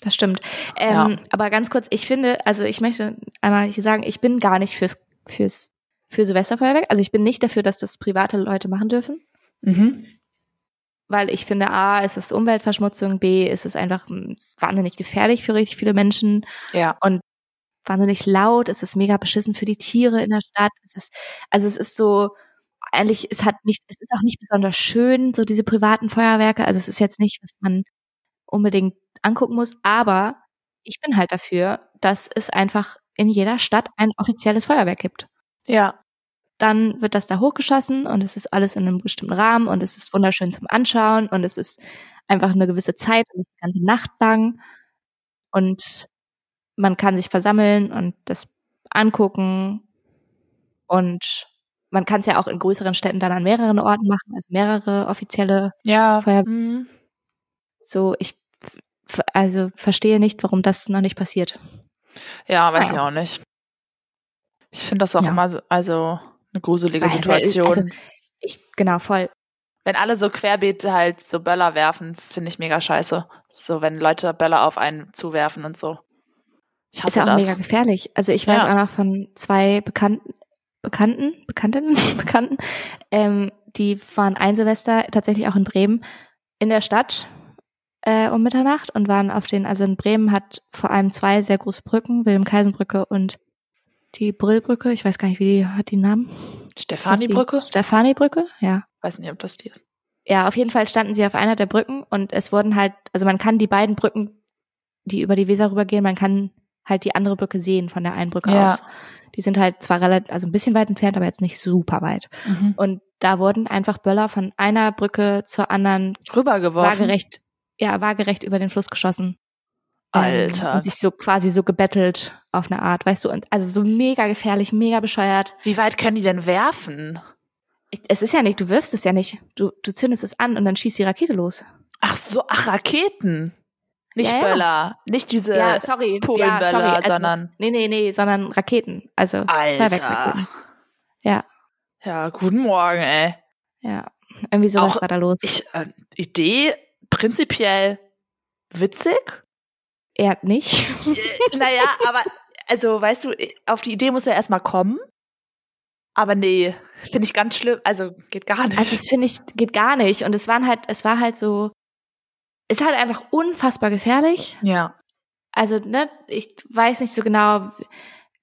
Speaker 2: das stimmt. Ähm,
Speaker 1: Ja.
Speaker 2: Aber ganz kurz, ich finde, also ich möchte einmal hier sagen, ich bin gar nicht fürs, fürs, für Silvesterfeuerwerk. Also ich bin nicht dafür, dass das private Leute machen dürfen.
Speaker 1: Mhm.
Speaker 2: weil ich finde, A, es ist Umweltverschmutzung, B, es ist einfach mm, es ist wahnsinnig gefährlich für richtig viele Menschen,
Speaker 1: Ja.
Speaker 2: wahnsinnig laut, es ist mega beschissen für die Tiere in der Stadt, es ist, also es ist so, eigentlich, es hat nicht, es ist auch nicht besonders schön, so diese privaten Feuerwerke, also es ist jetzt nicht, was man unbedingt angucken muss, aber ich bin halt dafür, dass es einfach in jeder Stadt ein offizielles Feuerwerk gibt.
Speaker 1: Ja.
Speaker 2: dann wird das da hochgeschossen und es ist alles in einem bestimmten Rahmen und es ist wunderschön zum Anschauen und es ist einfach eine gewisse Zeit und die ganze Nacht lang und man kann sich versammeln und das angucken und man kann es ja auch in größeren Städten dann an mehreren Orten machen, also mehrere offizielle
Speaker 1: Ja.
Speaker 2: Feuer-
Speaker 1: Mhm.
Speaker 2: so ich f- also verstehe nicht, warum das noch nicht passiert.
Speaker 1: Ja, weiß
Speaker 2: Ah,
Speaker 1: ich auch nicht. Ich finde das auch
Speaker 2: Ja.
Speaker 1: immer so, also eine gruselige
Speaker 2: Weil- weil-
Speaker 1: Situation.
Speaker 2: Also ich genau voll.
Speaker 1: wenn alle so querbeet halt so Böller werfen, finde ich mega scheiße. So, wenn Leute Böller auf einen zuwerfen und so. Ich
Speaker 2: Ist
Speaker 1: hasse
Speaker 2: ja auch
Speaker 1: das.
Speaker 2: mega gefährlich. Also ich weiß
Speaker 1: Ja.
Speaker 2: auch noch von zwei Bekannten, Bekannten, Bekannten, Bekannten, ähm, die waren ein Silvester tatsächlich auch in Bremen in der Stadt äh, um Mitternacht und waren auf den, also in Bremen hat vor allem zwei sehr große Brücken, Wilhelm-Kaisen-Brücke und die Brillbrücke, ich weiß gar nicht, wie die hat die Namen? Ist das die
Speaker 1: Stefani-Brücke?
Speaker 2: Stefani-Brücke, ja.
Speaker 1: Weiß nicht, ob das die ist.
Speaker 2: Ja, auf jeden Fall standen sie auf einer der Brücken und es wurden halt, also man kann die beiden Brücken, die über die Weser rübergehen, man kann halt die andere Brücke sehen von der einen Brücke
Speaker 1: Ja.
Speaker 2: aus. Die sind halt zwar relativ, also ein bisschen weit entfernt, aber jetzt nicht super weit. Und da wurden einfach Böller von einer Brücke zur anderen
Speaker 1: Rübergeworfen.
Speaker 2: waagerecht, ja, waagerecht über den Fluss geschossen. Ähm,
Speaker 1: Alter.
Speaker 2: Und sich so quasi so gebettelt auf eine Art, weißt du, und also so mega gefährlich, mega bescheuert.
Speaker 1: Wie weit können die denn werfen?
Speaker 2: Ich- Es ist ja nicht, du wirfst es ja nicht. Du, du zündest es an und dann schießt die Rakete los.
Speaker 1: Ach so, ach, Raketen. Nicht
Speaker 2: Ja, ja.
Speaker 1: Böller. Nicht diese.
Speaker 2: ja, sorry.
Speaker 1: Polenböller,
Speaker 2: ja, sorry. Also,
Speaker 1: äh, sondern-
Speaker 2: Nee, nee, nee, sondern Raketen. Also
Speaker 1: Alter.
Speaker 2: Feuerwerksraketen. Ja,
Speaker 1: Ja, guten Morgen, ey.
Speaker 2: ja. Irgendwie sowas
Speaker 1: Auch-
Speaker 2: war da los.
Speaker 1: Ich, äh, Idee prinzipiell witzig?
Speaker 2: er hat nicht.
Speaker 1: Äh, naja, aber, also, weißt du, auf die Idee muss ja erstmal kommen. Aber nee, finde ich ganz schlimm. Also, geht gar nicht.
Speaker 2: Also das finde ich, geht gar nicht. Und es waren halt, es war halt so, es ist halt einfach unfassbar gefährlich.
Speaker 1: ja.
Speaker 2: Also, ne, ich weiß nicht so genau,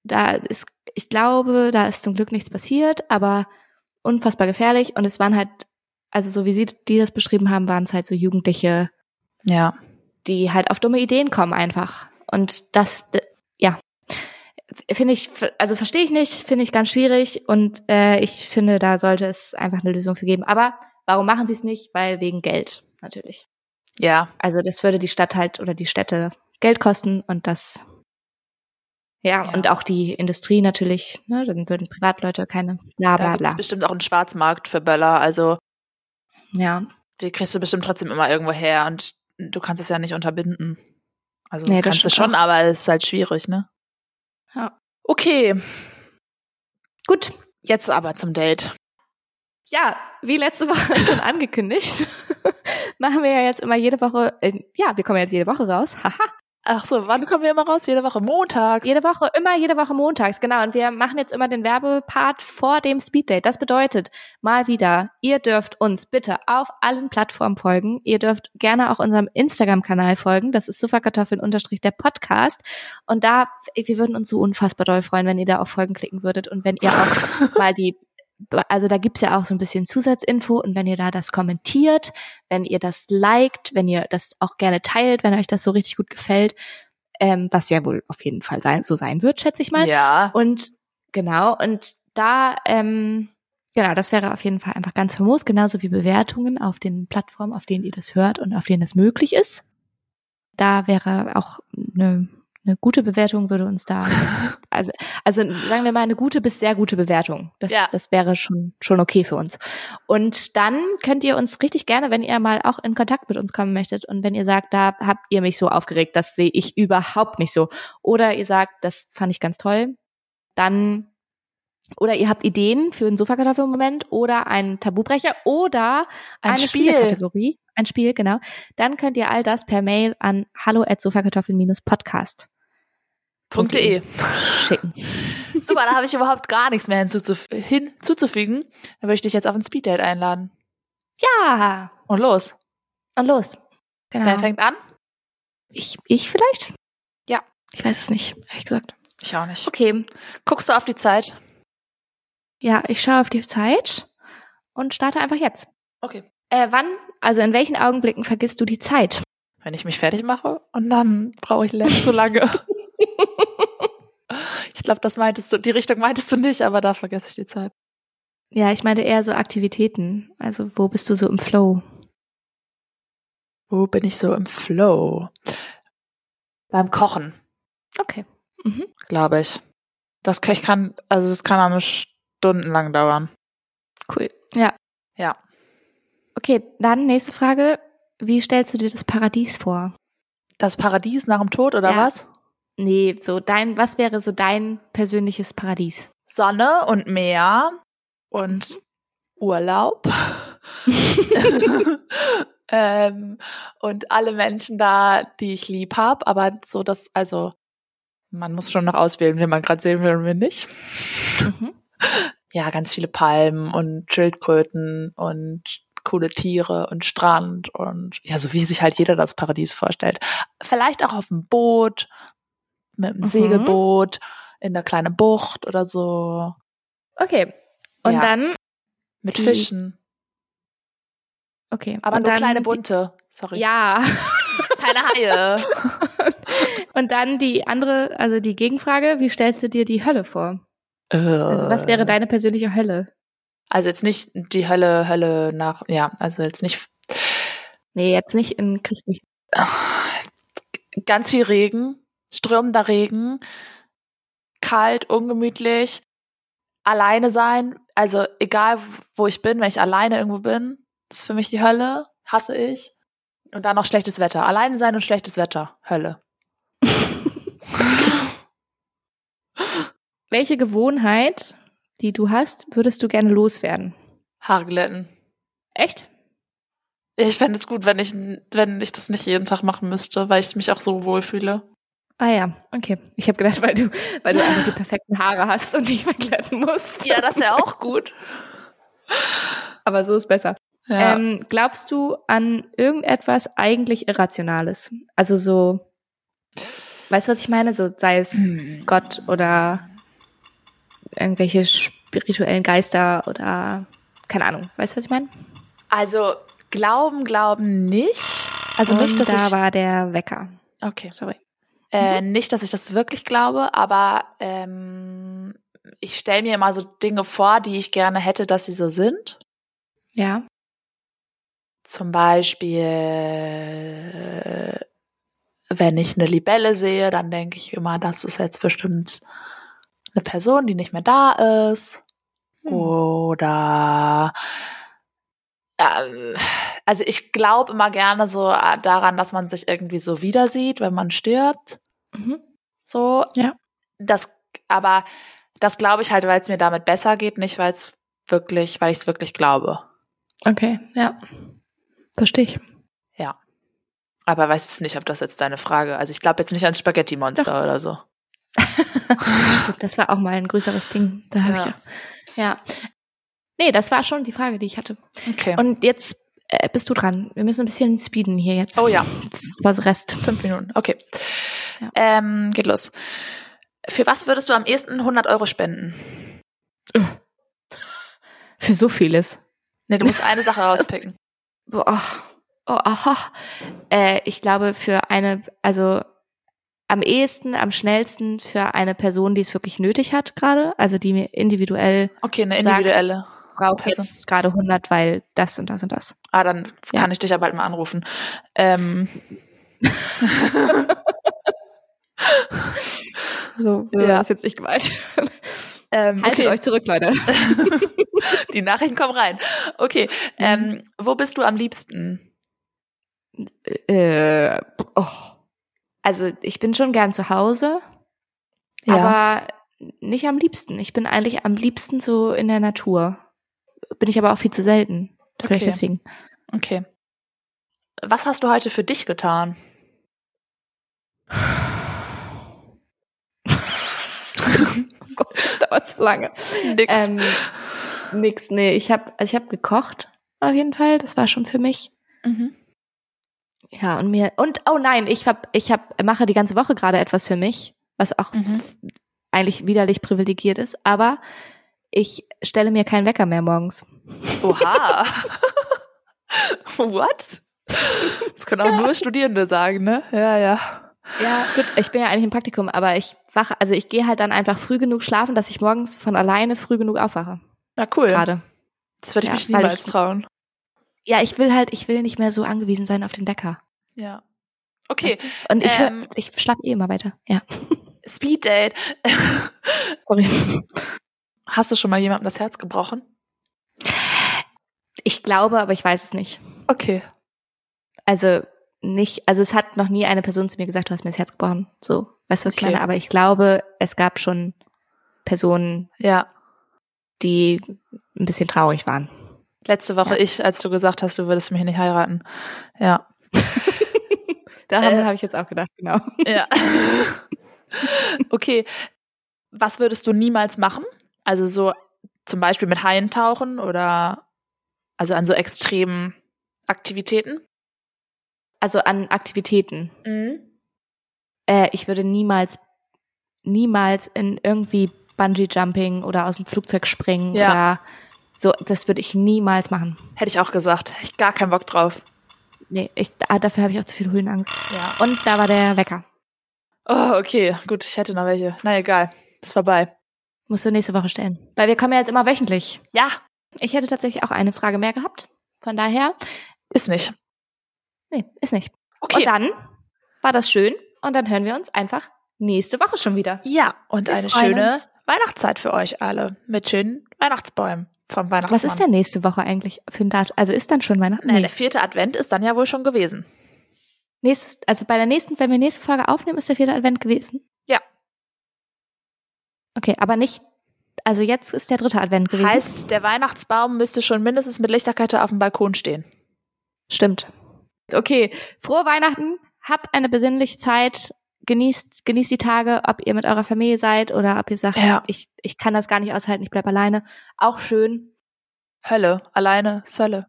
Speaker 2: da ist, ich glaube, da ist zum Glück nichts passiert, aber unfassbar gefährlich. Und es waren halt, also so wie sie die das beschrieben haben, waren es halt so Jugendliche,
Speaker 1: Ja.
Speaker 2: die halt auf dumme Ideen kommen einfach. Und das, d- ja, finde ich, also verstehe ich nicht, finde ich ganz schwierig und äh, ich finde, da sollte es einfach eine Lösung für geben. Aber warum machen sie es nicht? Weil wegen Geld natürlich.
Speaker 1: Ja.
Speaker 2: Also das würde die Stadt halt oder die Städte Geld kosten und das, ja,
Speaker 1: Ja.
Speaker 2: und auch die Industrie natürlich, ne, dann würden Privatleute keine, bla
Speaker 1: Da
Speaker 2: bla
Speaker 1: gibt es
Speaker 2: bla.
Speaker 1: bestimmt auch einen Schwarzmarkt für Böller. Also,
Speaker 2: Ja,
Speaker 1: die kriegst du bestimmt trotzdem immer irgendwo her und du kannst es ja nicht unterbinden. Also
Speaker 2: Nee, das
Speaker 1: kannst du
Speaker 2: stimmt
Speaker 1: schon, aber es ist halt schwierig, ne?
Speaker 2: Ja.
Speaker 1: Okay,
Speaker 2: gut.
Speaker 1: jetzt aber zum Date.
Speaker 2: Ja, wie letzte Woche schon angekündigt, machen wir ja jetzt immer jede Woche, äh, ja, wir kommen jetzt jede Woche raus. Haha.
Speaker 1: Ach so, wann kommen wir immer raus? Jede Woche montags.
Speaker 2: Jede Woche, immer jede Woche montags, genau. Und wir machen jetzt immer den Werbepart vor dem Speeddate. Das bedeutet, mal wieder, ihr dürft uns bitte auf allen Plattformen folgen. Ihr dürft gerne auch unserem Instagram-Kanal folgen. Das ist Sofakartoffeln unterstrich der Podcast. Und da, wir würden uns so unfassbar doll freuen, wenn ihr da auf Folgen klicken würdet und wenn ihr auch mal die also da gibt's ja auch so ein bisschen Zusatzinfo und wenn ihr da das kommentiert, wenn ihr das liked, wenn ihr das auch gerne teilt, wenn euch das so richtig gut gefällt, ähm, was ja wohl auf jeden Fall sein, so sein wird, schätze ich mal.
Speaker 1: ja.
Speaker 2: Und genau, und da, ähm, genau, das wäre auf jeden Fall einfach ganz famos, genauso wie Bewertungen auf den Plattformen, auf denen ihr das hört und auf denen das möglich ist. Da wäre auch eine Eine gute Bewertung würde uns da. Also, also sagen wir mal eine gute bis sehr gute Bewertung. Das,
Speaker 1: Ja.
Speaker 2: das wäre schon, schon okay für uns. Und dann könnt ihr uns richtig gerne, wenn ihr mal auch in Kontakt mit uns kommen möchtet und wenn ihr sagt, da habt ihr mich so aufgeregt, das sehe ich überhaupt nicht so. Oder ihr sagt, das fand ich ganz toll, dann oder ihr habt Ideen für einen Sofakartoffelmoment oder einen Tabubrecher oder
Speaker 1: Ein
Speaker 2: eine
Speaker 1: Spiel.
Speaker 2: Spielekategorie. Ein Spiel, genau. Dann könnt ihr all das per Mail an hallo@sofakartoffeln-podcast
Speaker 1: .de.
Speaker 2: schicken.
Speaker 1: Super, da habe ich überhaupt gar nichts mehr hinzuzuf hinzuzufügen. Dann würde ich dich jetzt auf ein Speeddate einladen.
Speaker 2: Ja,
Speaker 1: Und los.
Speaker 2: und los. Genau.
Speaker 1: Wer fängt an?
Speaker 2: Ich, ich vielleicht?
Speaker 1: Ja.
Speaker 2: Ich weiß es nicht, ehrlich gesagt.
Speaker 1: Ich auch nicht.
Speaker 2: Okay,
Speaker 1: Guckst du auf die Zeit?
Speaker 2: ja, ich schaue auf die Zeit und starte einfach jetzt.
Speaker 1: Okay.
Speaker 2: Äh, wann, also in welchen Augenblicken vergisst du die Zeit?
Speaker 1: Wenn ich mich fertig mache und dann brauche ich längst so lange. ich glaube, das meintest du, die Richtung meintest du nicht, aber da vergesse ich die Zeit.
Speaker 2: Ja, ich meine eher so Aktivitäten. Also wo bist du so im Flow?
Speaker 1: Wo bin ich so im Flow? Beim Kochen,
Speaker 2: Okay. Mhm.
Speaker 1: glaube ich. Das kann, ich kann, also das kann auch nur stundenlang dauern.
Speaker 2: Cool. Ja.
Speaker 1: Ja.
Speaker 2: Okay, dann nächste Frage. Wie stellst du dir das Paradies vor?
Speaker 1: Das Paradies nach dem Tod oder
Speaker 2: Ja.
Speaker 1: was?
Speaker 2: Nee, so dein, was wäre so dein persönliches Paradies?
Speaker 1: Sonne und Meer und Urlaub. ähm, und alle Menschen da, die ich lieb hab, aber so das, also man muss schon noch auswählen, wen man gerade sehen will und wen nicht.
Speaker 2: Mhm.
Speaker 1: Ja, ganz viele Palmen und Schildkröten und coole Tiere und Strand und ja, so wie sich halt jeder das Paradies vorstellt. Vielleicht auch auf dem Boot, mit dem
Speaker 2: Mhm.
Speaker 1: Segelboot, in der kleinen Bucht oder so.
Speaker 2: Okay. Und
Speaker 1: Ja.
Speaker 2: dann,
Speaker 1: Mit
Speaker 2: Die-
Speaker 1: Fischen.
Speaker 2: okay.
Speaker 1: Aber
Speaker 2: und
Speaker 1: nur
Speaker 2: dann
Speaker 1: kleine
Speaker 2: die-
Speaker 1: bunte. Sorry.
Speaker 2: Ja.
Speaker 1: keine Haie.
Speaker 2: Und dann die andere, also die Gegenfrage, wie stellst du dir die Hölle vor? Also was wäre deine persönliche Hölle?
Speaker 1: Äh. Also jetzt nicht die Hölle, Hölle nach, ja, also jetzt nicht
Speaker 2: Nee, jetzt nicht in christlich.
Speaker 1: ganz viel Regen, strömender Regen, kalt, ungemütlich, alleine sein. Also egal, wo ich bin, wenn ich alleine irgendwo bin, ist für mich die Hölle, hasse ich. Und dann noch schlechtes Wetter. Alleine sein und schlechtes Wetter, Hölle.
Speaker 2: Welche Gewohnheit, die du hast, würdest du gerne loswerden?
Speaker 1: Haare glätten.
Speaker 2: Echt?
Speaker 1: Ich fände es gut, wenn ich, wenn ich das nicht jeden Tag machen müsste, weil ich mich auch so wohlfühle.
Speaker 2: Ah ja, okay. Ich habe gedacht, weil du, weil du einfach die perfekten Haare hast und dich verkleiden musst.
Speaker 1: Ja, das wäre auch gut.
Speaker 2: Aber so ist besser.
Speaker 1: Ja.
Speaker 2: Ähm, glaubst du an irgendetwas eigentlich Irrationales? Also so, weißt du, was ich meine? So sei es Gott oder irgendwelche spirituellen Geister oder keine Ahnung. Weißt du, was ich meine?
Speaker 1: also glauben, glauben nicht. Also
Speaker 2: Und
Speaker 1: nicht, dass
Speaker 2: da
Speaker 1: ich
Speaker 2: war der Wecker.
Speaker 1: okay,
Speaker 2: Sorry.
Speaker 1: äh, nicht, dass ich das wirklich glaube, aber ähm, ich stelle mir immer so Dinge vor, die ich gerne hätte, dass sie so sind.
Speaker 2: Ja.
Speaker 1: Zum Beispiel, wenn ich eine Libelle sehe, dann denke ich immer, das ist jetzt bestimmt eine Person, die nicht mehr da ist.
Speaker 2: Hm.
Speaker 1: Oder ähm, also ich glaube immer gerne so äh, daran, dass man sich irgendwie so wieder sieht, wenn man stirbt.
Speaker 2: Mhm.
Speaker 1: So.
Speaker 2: Ja.
Speaker 1: Das, aber das glaube ich halt, weil es mir damit besser geht, nicht weil es wirklich, weil ich es wirklich glaube.
Speaker 2: Okay, ja. Verstehe ich.
Speaker 1: Aber weiß es nicht, ob das jetzt deine Frage. Also ich glaube jetzt nicht ans Spaghetti Monster oder so.
Speaker 2: Stimmt, das war auch mal ein größeres Ding. Da habe
Speaker 1: Ja.
Speaker 2: ich ja. ja. Nee, das war schon die Frage, die ich hatte.
Speaker 1: Okay.
Speaker 2: Und jetzt äh, bist du dran. Wir müssen ein bisschen speeden hier jetzt.
Speaker 1: oh ja,
Speaker 2: Was Rest.
Speaker 1: fünf Minuten. Okay.
Speaker 2: Ja.
Speaker 1: Ähm, geht los. Für was würdest du am ehesten 100 Euro spenden?
Speaker 2: Für so vieles.
Speaker 1: Nee, du musst eine Sache rauspicken.
Speaker 2: Boah. Oh, aha. Äh, ich glaube, für eine, also am ehesten, am schnellsten für eine Person, die es wirklich nötig hat gerade, also die mir individuell
Speaker 1: Okay, eine
Speaker 2: Sagt.
Speaker 1: individuelle.
Speaker 2: braucht
Speaker 1: Person.
Speaker 2: jetzt gerade 100, weil das und das und das.
Speaker 1: Ah, dann
Speaker 2: Ja.
Speaker 1: kann ich dich ja bald mal anrufen. Ähm.
Speaker 2: So, so
Speaker 1: Ja.
Speaker 2: ist jetzt nicht gemeint.
Speaker 1: Ähm,
Speaker 2: Haltet
Speaker 1: okay.
Speaker 2: euch zurück, Leute.
Speaker 1: Die Nachrichten kommen rein. Okay.
Speaker 2: Mhm.
Speaker 1: Ähm, wo bist du am liebsten?
Speaker 2: Äh, oh. Also ich bin schon gern zu Hause, aber nicht am liebsten. Ich bin eigentlich am liebsten so in der Natur. Bin ich aber auch viel zu selten. Vielleicht
Speaker 1: Okay.
Speaker 2: deswegen.
Speaker 1: Okay. Was hast du heute für dich getan?
Speaker 2: Das dauert zu lange.
Speaker 1: Nix.
Speaker 2: Ähm, nix, nee. Ich habe also ich hab gekocht auf jeden Fall. Das war schon für mich.
Speaker 1: mhm.
Speaker 2: Ja, und mir und oh nein, ich hab, ich hab, mache die ganze Woche gerade etwas für mich, was auch
Speaker 1: Mhm.
Speaker 2: f- eigentlich widerlich privilegiert ist, aber ich stelle mir keinen Wecker mehr morgens.
Speaker 1: Oha. What? Das können auch nur Studierende sagen, ne? Ja, ja.
Speaker 2: Ja, gut, ich bin ja eigentlich im Praktikum, aber ich wache, also ich gehe halt dann einfach früh genug schlafen, dass ich morgens von alleine früh genug aufwache.
Speaker 1: Na cool.
Speaker 2: Gerade.
Speaker 1: Das würde ich
Speaker 2: Ja,
Speaker 1: mich
Speaker 2: weil
Speaker 1: niemals
Speaker 2: ich-
Speaker 1: trauen.
Speaker 2: Ja, ich will halt, ich will nicht mehr so angewiesen sein auf den Wecker.
Speaker 1: Ja. Okay,
Speaker 2: Und ich, hör-
Speaker 1: Ähm.
Speaker 2: ich schlafe eh immer weiter. Ja,
Speaker 1: Speed Date.
Speaker 2: sorry.
Speaker 1: Hast du schon mal jemandem das Herz gebrochen?
Speaker 2: Ich glaube, aber ich weiß es nicht.
Speaker 1: Okay.
Speaker 2: also nicht, also es hat noch nie eine Person zu mir gesagt, du hast mir das Herz gebrochen. So, weißt du, was ich
Speaker 1: Okay.
Speaker 2: meine? Aber ich glaube, es gab schon Personen,
Speaker 1: Ja.
Speaker 2: die ein bisschen traurig waren.
Speaker 1: Letzte Woche ich, als du gesagt hast, du würdest mich nicht heiraten. Ja.
Speaker 2: Daran
Speaker 1: Äh.
Speaker 2: habe ich jetzt auch gedacht, genau.
Speaker 1: Ja. okay. Was würdest du niemals machen? Also so zum Beispiel mit Haien tauchen oder also an so extremen Aktivitäten?
Speaker 2: Also an Aktivitäten.
Speaker 1: Mhm.
Speaker 2: Äh, ich würde niemals, niemals in irgendwie Bungee-Jumping oder aus dem Flugzeug springen
Speaker 1: Ja.
Speaker 2: oder so, das würde ich niemals machen.
Speaker 1: Hätte ich auch gesagt. Hätte ich gar keinen Bock drauf.
Speaker 2: Nee, ich, ah, dafür habe ich auch zu viel Höhenangst.
Speaker 1: Ja.
Speaker 2: Und da war der Wecker.
Speaker 1: Oh, okay. Gut, ich hätte noch welche. Na egal. Ist vorbei.
Speaker 2: Musst du nächste Woche stellen. Weil wir kommen ja jetzt immer wöchentlich.
Speaker 1: Ja.
Speaker 2: Ich hätte tatsächlich auch eine Frage mehr gehabt. Von daher,
Speaker 1: Ist nicht.
Speaker 2: nee, ist nicht.
Speaker 1: Okay.
Speaker 2: Und dann war das schön und dann hören wir uns einfach nächste Woche schon wieder.
Speaker 1: ja, und
Speaker 2: Wir
Speaker 1: eine
Speaker 2: freuen
Speaker 1: schöne
Speaker 2: uns.
Speaker 1: Weihnachtszeit für euch alle. Mit schönen Weihnachtsbäumen vom Weihnachtsmann.
Speaker 2: Was ist denn nächste Woche eigentlich für ein Datum? Also ist dann schon Weihnachten?
Speaker 1: Nee. der vierte Advent ist dann ja wohl schon gewesen.
Speaker 2: Nächstes, also bei der nächsten, wenn wir nächste Folge aufnehmen, ist der vierte Advent gewesen?
Speaker 1: Ja.
Speaker 2: Okay, aber nicht, also jetzt ist der dritte Advent gewesen.
Speaker 1: Heißt, der Weihnachtsbaum müsste schon mindestens mit Lichterkette auf dem Balkon stehen.
Speaker 2: Stimmt. Okay, frohe Weihnachten, habt eine besinnliche Zeit, genießt, genießt die Tage, ob ihr mit eurer Familie seid oder ob ihr sagt,
Speaker 1: Ja.
Speaker 2: ich, ich kann das gar nicht aushalten, ich bleib alleine. Auch schön.
Speaker 1: Hölle, alleine, Sölle.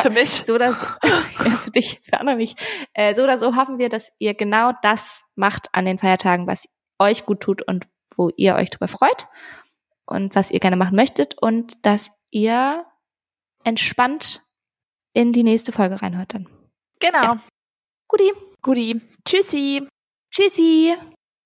Speaker 1: Für mich.
Speaker 2: So oder so, ja, für dich, für andere mich. Äh, so oder so hoffen wir, dass ihr genau das macht an den Feiertagen, was euch gut tut und wo ihr euch drüber freut und was ihr gerne machen möchtet und dass ihr entspannt in die nächste Folge reinhört dann.
Speaker 1: Genau.
Speaker 2: Guti,
Speaker 1: Guti. Tschüssi.
Speaker 2: tschüssi!